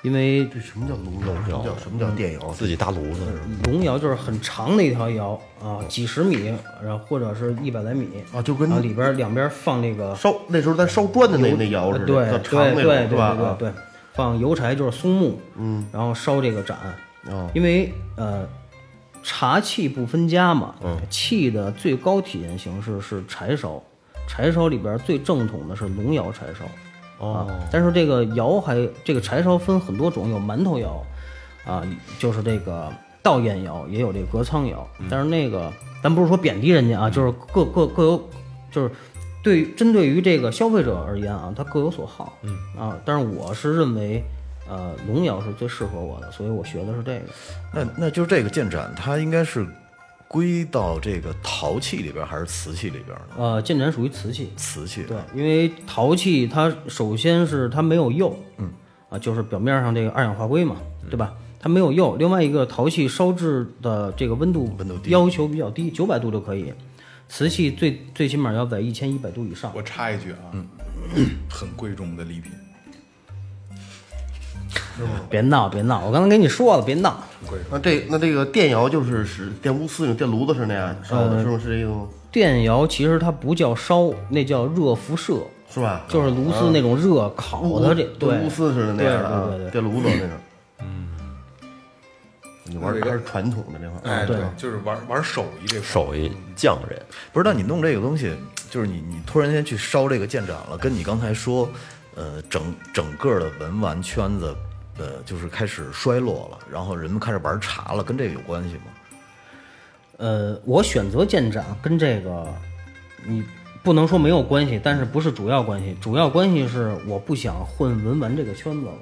[SPEAKER 7] 因为
[SPEAKER 5] 这什么叫龙窑？什么叫什么叫电窑？
[SPEAKER 8] 自己搭炉子是吗？
[SPEAKER 7] 龙窑就是很长的一条窑啊，几十米，然后或者是一百来米
[SPEAKER 5] 啊就跟
[SPEAKER 7] 然后里边两边放那个
[SPEAKER 5] 烧那时候咱烧砖的那那窑
[SPEAKER 7] 呃
[SPEAKER 5] 似的，
[SPEAKER 7] 对
[SPEAKER 5] 叫
[SPEAKER 7] 对
[SPEAKER 5] 长那
[SPEAKER 7] 对
[SPEAKER 5] 种
[SPEAKER 7] 对
[SPEAKER 5] 是吧？
[SPEAKER 7] 对
[SPEAKER 5] 啊
[SPEAKER 7] 对，放油柴就是松木，嗯，然后烧这个盏，
[SPEAKER 5] 哦
[SPEAKER 7] 因为呃茶气不分家嘛，
[SPEAKER 5] 嗯
[SPEAKER 7] 气的最高体现形式是柴烧，柴烧里边最正统的是龙窑柴烧。哦、但是这个窑还这个柴烧分很多种，有馒头窑，啊，就是这个道堰窑，也有这个隔仓窑。但是那个咱不是说贬低人家啊，就是各各各有，就是对于针对于这个消费者而言啊，他各有所好。嗯啊，但是我是认为，呃，龙窑是最适合我的，所以我学的是这个。
[SPEAKER 6] 那那就是这个建盏，它应该是归到这个陶器里边还是瓷器里边呢？
[SPEAKER 7] 呃，建盏属于瓷器，
[SPEAKER 6] 瓷器
[SPEAKER 7] 对，因为陶器它首先是它没有釉，嗯，啊，就是表面上这个二氧化硅嘛，对吧？它没有釉。另外一个，陶器烧制的这个温度温度要求比较低，九百度就可以。瓷器最最起码要在一千一百度以上
[SPEAKER 2] 我。插一句啊，很贵重的礼品，
[SPEAKER 7] 别闹，别闹！我刚才跟你说了，别闹。
[SPEAKER 5] 那这那这个电窑就是使电钨丝那种电炉子是那样烧
[SPEAKER 7] 呃
[SPEAKER 5] 的，是不是这个吗？
[SPEAKER 7] 电窑其实它不叫烧，那叫热辐射，
[SPEAKER 5] 是吧？
[SPEAKER 7] 就是炉丝那种热烤
[SPEAKER 5] 钨
[SPEAKER 7] 的这对
[SPEAKER 5] 跟钨啊丝似的那样的
[SPEAKER 7] 对对
[SPEAKER 5] 啊，
[SPEAKER 7] 对对
[SPEAKER 5] 电炉子那种。嗯，你玩儿还是传统的这块儿，
[SPEAKER 2] 哎，对，就是玩玩手艺这块儿。
[SPEAKER 8] 手艺匠人，
[SPEAKER 6] 不是，那你弄这个东西，就是你你突然间去烧这个建盏了，跟你刚才说，呃，整整个的文玩圈子，呃，就是开始衰落了，然后人们开始玩茶了，跟这个有关系吗？
[SPEAKER 7] 呃，我选择建盏跟这个你不能说没有关系，但是不是主要关系？主要关系是我不想混文玩这个圈子了，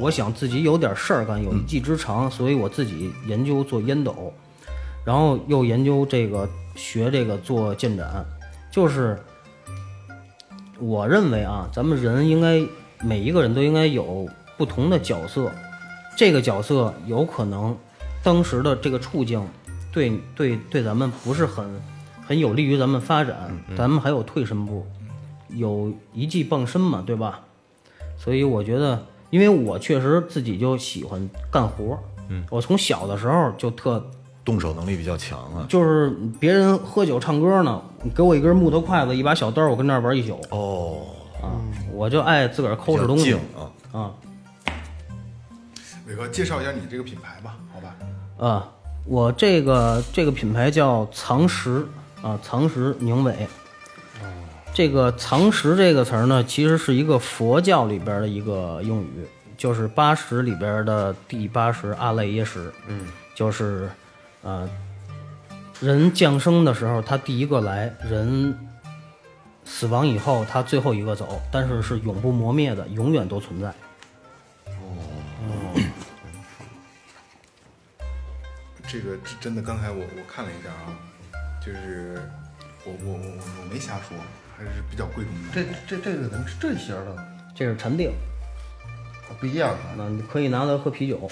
[SPEAKER 7] 我想自己有点事儿干，有一技之长，所以我自己研究做烟斗，然后又研究这个学这个做建盏，就是我认为啊，咱们人应该每一个人都应该有不同的角色，这个角色有可能当时的这个处境对对对咱们不是很很有利于咱们发展，
[SPEAKER 6] 嗯
[SPEAKER 7] 咱们还有退身步，有一技傍身嘛，对吧？所以我觉得，因为我确实自己就喜欢干活，嗯，我从小的时候就特
[SPEAKER 6] 动手能力比较强啊。
[SPEAKER 7] 就是别人喝酒唱歌呢，你给我一根木头筷子，一把小刀，我跟那儿玩一宿。哦，啊，我就爱自个儿抠
[SPEAKER 6] 比
[SPEAKER 7] 着
[SPEAKER 6] 较
[SPEAKER 7] 东西
[SPEAKER 6] 静啊，
[SPEAKER 7] 啊
[SPEAKER 2] 伟哥，介绍一下你这个品牌吧，好吧？
[SPEAKER 7] 啊！我这个这个品牌叫藏石啊，藏石宁伟。这个“藏石”这个词儿呢，其实是一个佛教里边的一个用语，就是八识里边的第八识阿赖耶识。嗯，就是，呃，人降生的时候，他第一个来，人死亡以后他最后一个走，但是是永不磨灭的，永远都存在。
[SPEAKER 2] 这个这真的，刚才我我看了一下啊，就是我我我我我没瞎说，还是比较贵重的。
[SPEAKER 5] 这这这个怎么是这型儿的？
[SPEAKER 7] 这是禅定，
[SPEAKER 5] 不一样，啊
[SPEAKER 7] 那你可以拿它喝啤酒。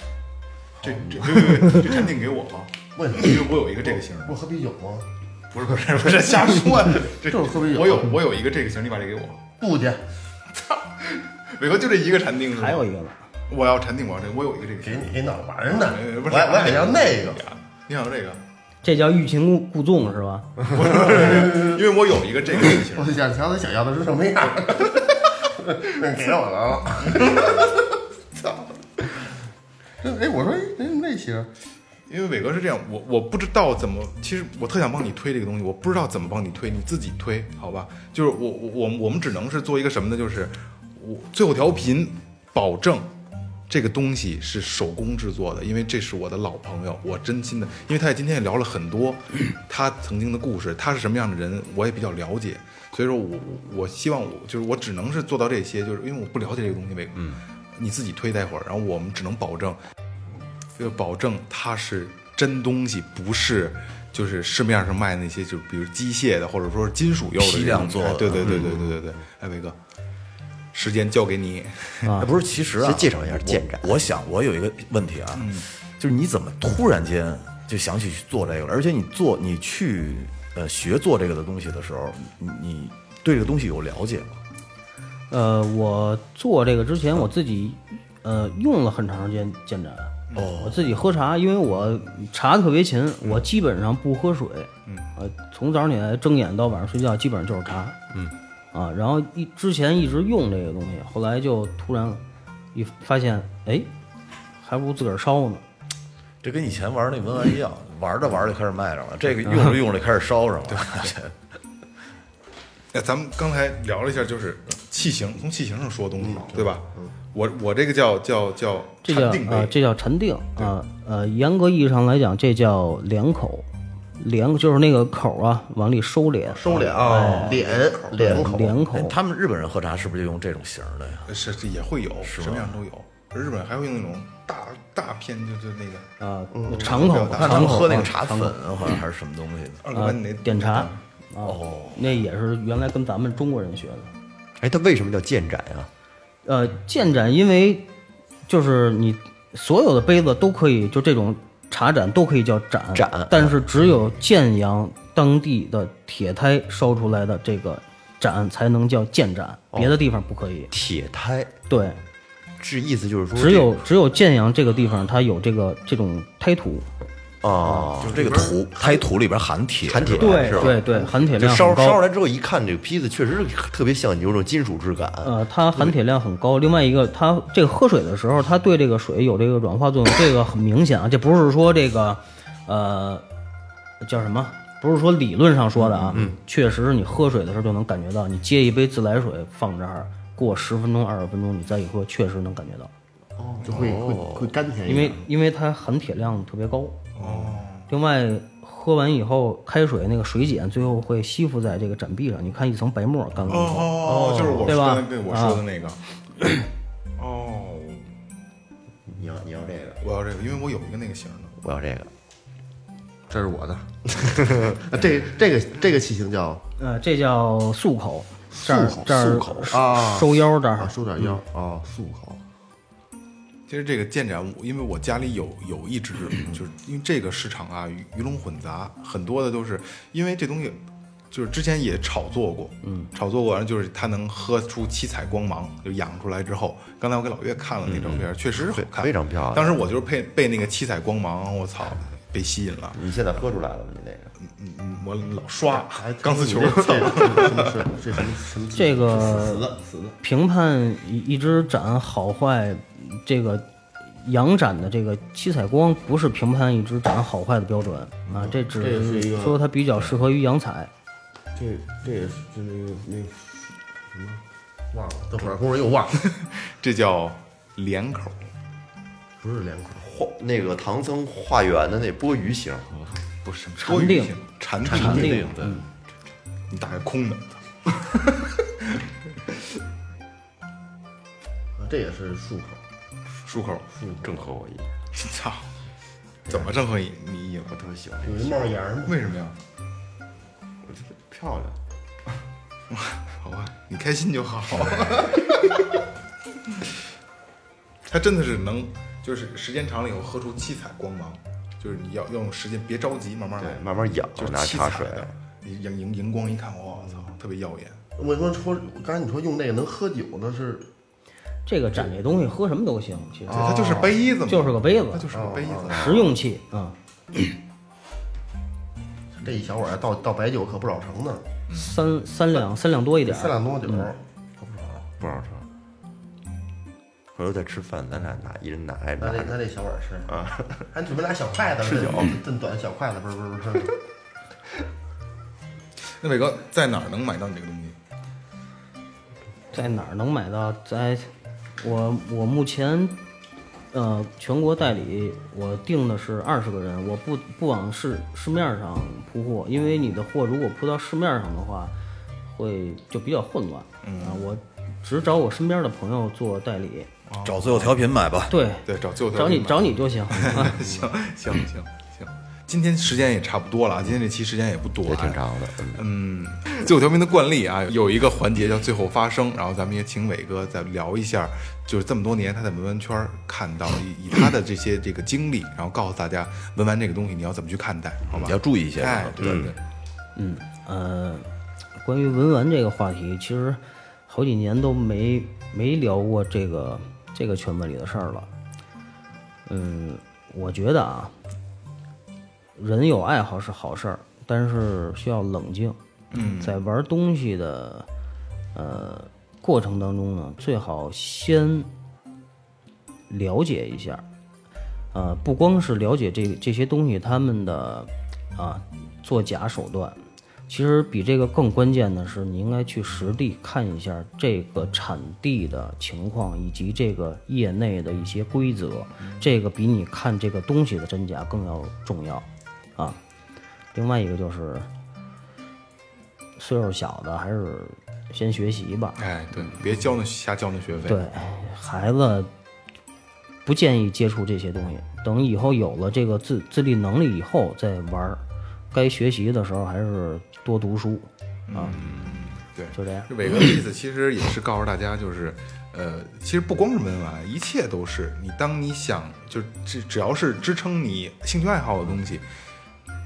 [SPEAKER 2] 这这这这这产品给我 吧，
[SPEAKER 5] 为什么
[SPEAKER 2] 因为我有一个这个型儿，
[SPEAKER 5] 不喝啤酒吗？
[SPEAKER 2] 不是不是不是瞎 说的，这
[SPEAKER 5] 就是喝啤酒
[SPEAKER 2] 我有我有一个这个型儿，你把这给我。
[SPEAKER 5] 不去，
[SPEAKER 2] 伟哥就这一个禅定是吗？
[SPEAKER 7] 还有一个呢，
[SPEAKER 2] 我要禅定，我要这个，我有一个这个
[SPEAKER 5] 给
[SPEAKER 2] 型儿。
[SPEAKER 5] 你给脑玩儿呢
[SPEAKER 2] 呃，不
[SPEAKER 5] 我
[SPEAKER 2] 是
[SPEAKER 5] 还我还要那个，
[SPEAKER 2] 你想要这个？
[SPEAKER 7] 这叫欲擒故故纵是吧？
[SPEAKER 2] 不是不是，不是因为我有一个这个这个型
[SPEAKER 5] 我
[SPEAKER 2] 儿，
[SPEAKER 5] 就想瞧他想要的是什么样儿。 那给我了， 操！这哎，我说哎，那那型儿
[SPEAKER 2] 因为伟哥是这样，我我不知道怎么，其实我特想帮你推这个东西，我不知道怎么帮你推，你自己推好吧？就是我我我我们只能是做一个什么呢？就是我最后调频保证。这个东西是手工制作的，因为这是我的老朋友，我真心的，因为他也今天也聊了很多他曾经的故事，他是什么样的人，我也比较了解，所以说我我我希望我就是我只能是做到这些，就是因为我不了解这个东西，嗯，你自己推待会儿，然后我们只能保证就保证它是真东西，不是就是市面上卖那些，就比如机械的或者说是金属釉的
[SPEAKER 6] 批量做的
[SPEAKER 2] 哎对对对对对对对。哎，伟哥，时间交给你。
[SPEAKER 6] 哎不是，其实啊，
[SPEAKER 8] 先介绍一下
[SPEAKER 6] 我
[SPEAKER 8] 建嗯盏
[SPEAKER 6] 我想，我有一个问题啊，就是你怎么突然间就想起去做这个了？而且你做，你去呃学做这个的东西的时候，你你对这个东西有了解吗？
[SPEAKER 7] 呃，我做这个之前，我自己呃用了很长时间建盏。哦，我自己喝茶，因为我茶特别勤，我基本上不喝水。嗯，呃，从早上起来睁眼到晚上睡觉，基本上就是茶。嗯，啊，然后一之前一直用这个东西，后来就突然一发现，哎，还不如自个儿烧呢。
[SPEAKER 6] 这跟以前玩那文玩一样，玩着玩着就开始卖上了，这个用着用着开始烧上 了。
[SPEAKER 2] 哎，咱们刚才聊了一下，就是器型，从器型上说东西，对吧？我我这个叫叫叫
[SPEAKER 7] 这叫
[SPEAKER 2] 禅定杯，
[SPEAKER 7] 呃，这叫禅定啊，呃，严格意义上来讲，这叫两口，两就是那个口啊，往里收敛，
[SPEAKER 5] 收敛啊，脸脸口，
[SPEAKER 7] 两
[SPEAKER 8] 哦
[SPEAKER 7] 口
[SPEAKER 6] 哎，他们日本人喝茶是不是就用这种型儿的呀？
[SPEAKER 2] 呃是是也会有，什么样都有。日本还会用那种大大片，就就那个
[SPEAKER 7] 啊，长口
[SPEAKER 6] 看他
[SPEAKER 7] 长
[SPEAKER 6] 们
[SPEAKER 7] 口
[SPEAKER 6] 喝那个
[SPEAKER 7] 啊
[SPEAKER 6] 茶粉啊，好像还是什么东西的。
[SPEAKER 2] 二哥
[SPEAKER 7] 啊
[SPEAKER 2] 把你那，
[SPEAKER 7] 点茶啊，那也是原来跟咱们中国人学的。
[SPEAKER 8] 哎，它为什么叫建盏啊？
[SPEAKER 7] 呃，建盏因为就是你所有的杯子都可以，就这种茶盏都可以叫盏，
[SPEAKER 8] 盏嗯
[SPEAKER 7] 但是只有建阳当地的铁胎烧出来的这个盏才能叫建盏，别
[SPEAKER 8] 哦
[SPEAKER 7] 的地方不可以。
[SPEAKER 8] 铁胎，
[SPEAKER 7] 对，
[SPEAKER 8] 这意思就是说
[SPEAKER 7] 只有只有建阳这个地方它有这个这种胎土，
[SPEAKER 8] 啊，
[SPEAKER 6] 就是这个土胎土里边含铁，
[SPEAKER 8] 含铁是吧？嗯
[SPEAKER 7] 对对，含铁
[SPEAKER 8] 就
[SPEAKER 7] 量
[SPEAKER 8] 烧
[SPEAKER 7] 很
[SPEAKER 8] 烧出
[SPEAKER 7] 高。
[SPEAKER 8] 来之后一看，这个坯子确实是特别像有种金属质感。
[SPEAKER 7] 呃，它含铁量很高。另外一个，它这个喝水的时候，它对这个水有这个软化作用，这个很明显啊。这不是说这个，呃，叫什么？不是说理论上说的啊，
[SPEAKER 2] 嗯
[SPEAKER 7] 确实是你喝水的时候就能感觉到。你接一杯自来水放这儿，过十分钟、二十分钟，你再一喝，确实能感觉到。
[SPEAKER 5] 就哦会会会甘
[SPEAKER 2] 哎
[SPEAKER 5] 甜一
[SPEAKER 7] 因
[SPEAKER 5] 点，
[SPEAKER 7] 为因为它含铁量特别高。哦。另外，喝完以后开水那个水碱最后会吸附在这个盏壁上，你看一层白沫干了以后，
[SPEAKER 2] 哦，就是我
[SPEAKER 7] 对
[SPEAKER 2] 说
[SPEAKER 7] 吧啊
[SPEAKER 2] 的那我说的那个。哦，
[SPEAKER 8] 你要你要这个，
[SPEAKER 2] 我要这个，因为我有一个那个型的。
[SPEAKER 8] 我要这个，
[SPEAKER 5] 这是我的。啊 这这个这个器型叫
[SPEAKER 7] 呃，这叫漱口，这儿这儿
[SPEAKER 5] 啊
[SPEAKER 7] 收腰这
[SPEAKER 5] 啊，
[SPEAKER 7] 儿，
[SPEAKER 5] 收点腰啊，漱口。
[SPEAKER 2] 其实这个建盏，因为我家里有有一只，就是因为这个市场啊鱼鱼龙混杂，很多的都是因为这东西，就是之前也炒作过，嗯，炒作过，然后就是它能喝出七彩光芒，就养出来之后，刚才我给老岳看了那照片，确实是好看，
[SPEAKER 8] 非常漂亮
[SPEAKER 2] 当时我就是被被那个七彩光芒，我操，被吸引了，
[SPEAKER 8] 你现在喝出来了吗？你那个
[SPEAKER 2] 嗯嗯，我老刷钢丝球，
[SPEAKER 5] 这 这这什么什么？啊死
[SPEAKER 7] 这个
[SPEAKER 5] 的死的，
[SPEAKER 7] 评判一一只盏好坏，这个阳盏的这个七彩光不是评判一只盏好坏的标准啊，这只
[SPEAKER 5] 这是一个
[SPEAKER 7] 说它比较适合于阳彩。
[SPEAKER 5] 这这也是就那个那个什么忘了，等会儿工人又忘了，
[SPEAKER 2] 这叫连口，
[SPEAKER 5] 不是两口，
[SPEAKER 8] 化那个唐僧化缘的那钵盂形，
[SPEAKER 2] 不是
[SPEAKER 7] 禅定
[SPEAKER 2] 禅
[SPEAKER 7] 禅
[SPEAKER 2] 定嗯
[SPEAKER 7] 定，
[SPEAKER 2] 你打开空的，
[SPEAKER 5] 啊这也是漱口，
[SPEAKER 2] 漱口，
[SPEAKER 7] 嗯
[SPEAKER 8] 正合我意。
[SPEAKER 2] 操，怎么正合你你意了？
[SPEAKER 8] 我特别喜欢这
[SPEAKER 5] 有一帽檐儿嘛，
[SPEAKER 2] 为什么呀？
[SPEAKER 8] 个，我觉得漂亮。
[SPEAKER 2] 好吧，你开心就好。他真的是能，就是时间长了以后喝出七彩光芒，就是你要要用时间，别着急，慢慢来
[SPEAKER 8] 对，，慢慢养
[SPEAKER 2] 就，是
[SPEAKER 8] 拿
[SPEAKER 2] 七
[SPEAKER 8] 茶
[SPEAKER 2] 彩
[SPEAKER 8] 水。
[SPEAKER 2] 的，你荧荧荧光一看，我操，特别耀眼。
[SPEAKER 5] 我说说，刚才你说用那个能喝酒的是
[SPEAKER 7] 这个展这东西喝什么都行，其实
[SPEAKER 5] 哦
[SPEAKER 2] 对，它就是杯子嘛，
[SPEAKER 7] 哦就是个杯子哦
[SPEAKER 2] 它就是个杯子。
[SPEAKER 7] 实用器啊，
[SPEAKER 5] 这一小碗儿倒倒白酒可不少成呢，嗯
[SPEAKER 7] 三三两三两多一点儿，
[SPEAKER 5] 三两多酒，
[SPEAKER 8] 不让尝。回头再吃饭，咱俩拿一人拿一
[SPEAKER 5] 咱
[SPEAKER 8] 拿
[SPEAKER 5] 这
[SPEAKER 8] 着。
[SPEAKER 5] 咱这小碗儿吃啊，还准备俩小筷子，吃酒，炖短小筷子，不是不是不是，
[SPEAKER 2] 那伟哥在哪儿能买到你这个东西？
[SPEAKER 7] 在哪儿能买到？在我我目前，呃，全国代理我定的是二十个人，我不不往市市面上铺货，因为你的货如果铺到市面上的话，会就比较混乱。嗯啊，我只找我身边的朋友做代理，
[SPEAKER 6] 找最后调频买吧。
[SPEAKER 7] 对，
[SPEAKER 2] 对，找最后
[SPEAKER 7] 找你
[SPEAKER 2] 买
[SPEAKER 7] 找你就行。 啊
[SPEAKER 2] 行行行行，今天时间也差不多了，啊，今天这期时间也不多，
[SPEAKER 8] 也挺。长的，嗯，
[SPEAKER 2] 最后调频的惯例啊，有一个环节叫最后发声，然后咱们也请伟哥再聊一下，就是这么多年他在文玩圈看到以以他的这些这个经历，然后告诉大家文玩这个东西你要怎么去看待，
[SPEAKER 8] 哦
[SPEAKER 2] 好吧
[SPEAKER 6] 你？要注意一些。啊
[SPEAKER 2] 哎，对对对，
[SPEAKER 7] 嗯呃，关于文玩这个话题，其实好几年都没没聊过这个这个圈子里的事儿了。嗯，我觉得啊，人有爱好是好事儿，但是需要冷静。嗯，在玩东西的呃过程当中呢，最好先了解一下，呃，不光是了解这这些东西他们的啊作假手段，其实比这个更关键的是，你应该去实地看一下这个产地的情况，以及这个业内的一些规则，这个比你看这个东西的真假更要重要啊。另外一个就是岁数小的，还是先学习吧。
[SPEAKER 2] 哎对，别交那瞎交那学费。
[SPEAKER 7] 对，孩子不建议接触这些东西。等以后有了这个自自立能力以后再玩儿，该学习的时候还是多读书啊。
[SPEAKER 2] 对
[SPEAKER 7] 就这样。
[SPEAKER 2] 这伟哥的意思其实也是告诉大家，就是，呃，其实不光是文玩，一切都是你当你想，就是只只要是支撑你兴趣爱好的东西，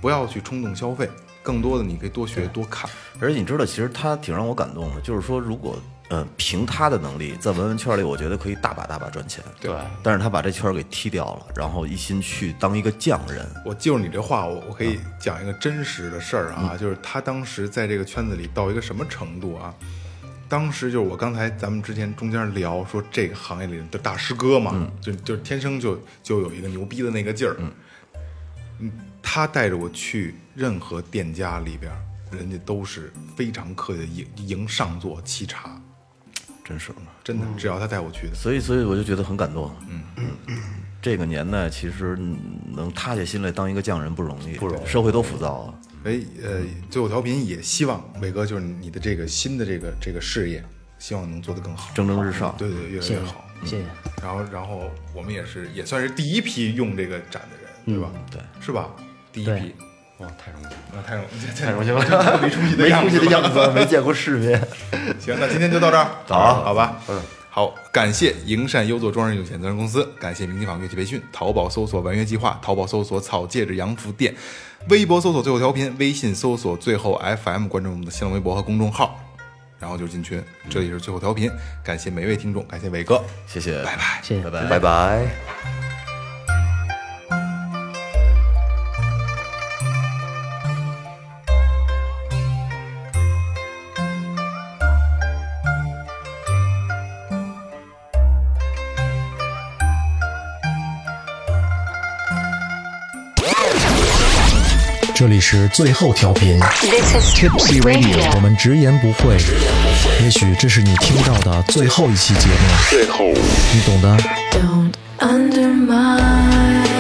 [SPEAKER 2] 不要去冲动消费，更多的你可以多学多看。
[SPEAKER 6] 而且你知道，其实他挺让我感动的，就是说，如果呃凭他的能力，在文玩圈里，我觉得可以大把大把赚钱。
[SPEAKER 2] 对，
[SPEAKER 6] 但是他把这圈儿给踢掉了，然后一心去当一个匠人。
[SPEAKER 2] 我记住你这话，我我可以讲一个真实的事儿啊，就是他当时在这个圈子里到一个什么程度啊？当时就是我刚才咱们之前中间聊说这个行业里的大师哥嘛，就就是天生就就有一个牛逼的那个劲儿。嗯，他带着我去任何店家里边儿，人家都是非常客气的迎迎上座沏茶，
[SPEAKER 6] 真是。
[SPEAKER 2] 真的，只要他带我去的。
[SPEAKER 6] 所以，所以我就觉得很感动。嗯，这个年代其实能塌下心来当一个匠人不容易，不容易，社会多浮躁啊。
[SPEAKER 2] 哎，呃，最后调频也希望伟哥就是你的这个新的这个这个事业，希望能做得更好，
[SPEAKER 6] 蒸蒸日上
[SPEAKER 2] 对对，越来
[SPEAKER 7] 谢
[SPEAKER 2] 越
[SPEAKER 7] 谢
[SPEAKER 2] 好。，
[SPEAKER 7] 谢谢。
[SPEAKER 2] 然后，然后我们也是也算是第一批用这个展的人，对吧？嗯对，是吧？第一批
[SPEAKER 7] 对，
[SPEAKER 2] 哇，太荣幸了，太荣 太荣幸了，没出息的
[SPEAKER 8] 没
[SPEAKER 2] 样
[SPEAKER 8] 出
[SPEAKER 2] 子
[SPEAKER 8] 息
[SPEAKER 2] 吧
[SPEAKER 8] 的样子，没见过世面。
[SPEAKER 2] 行，那今天就到这 儿，好，好吧，嗯，好，感谢营善优作装饰有限责任公司，感谢明琴坊乐器培训，淘宝搜索“玩乐计划”，淘宝搜索“草戒指洋服店”，微博搜索“最后调频”，微信搜索“最后 FM”，关注我们的新浪微博和公众号，然后就是进群。这里是最后调频，感谢每位听众，感谢伟哥，
[SPEAKER 6] 谢谢，
[SPEAKER 2] 拜拜。
[SPEAKER 7] 谢谢
[SPEAKER 6] 拜拜。
[SPEAKER 8] 拜拜。
[SPEAKER 1] 这里是最后调频
[SPEAKER 9] This is
[SPEAKER 1] Tipsy Radio，我
[SPEAKER 9] radio.
[SPEAKER 1] 们直言不讳，也许这是你听到的最后一期节目，最后，你懂的。
[SPEAKER 10] Don't undermine.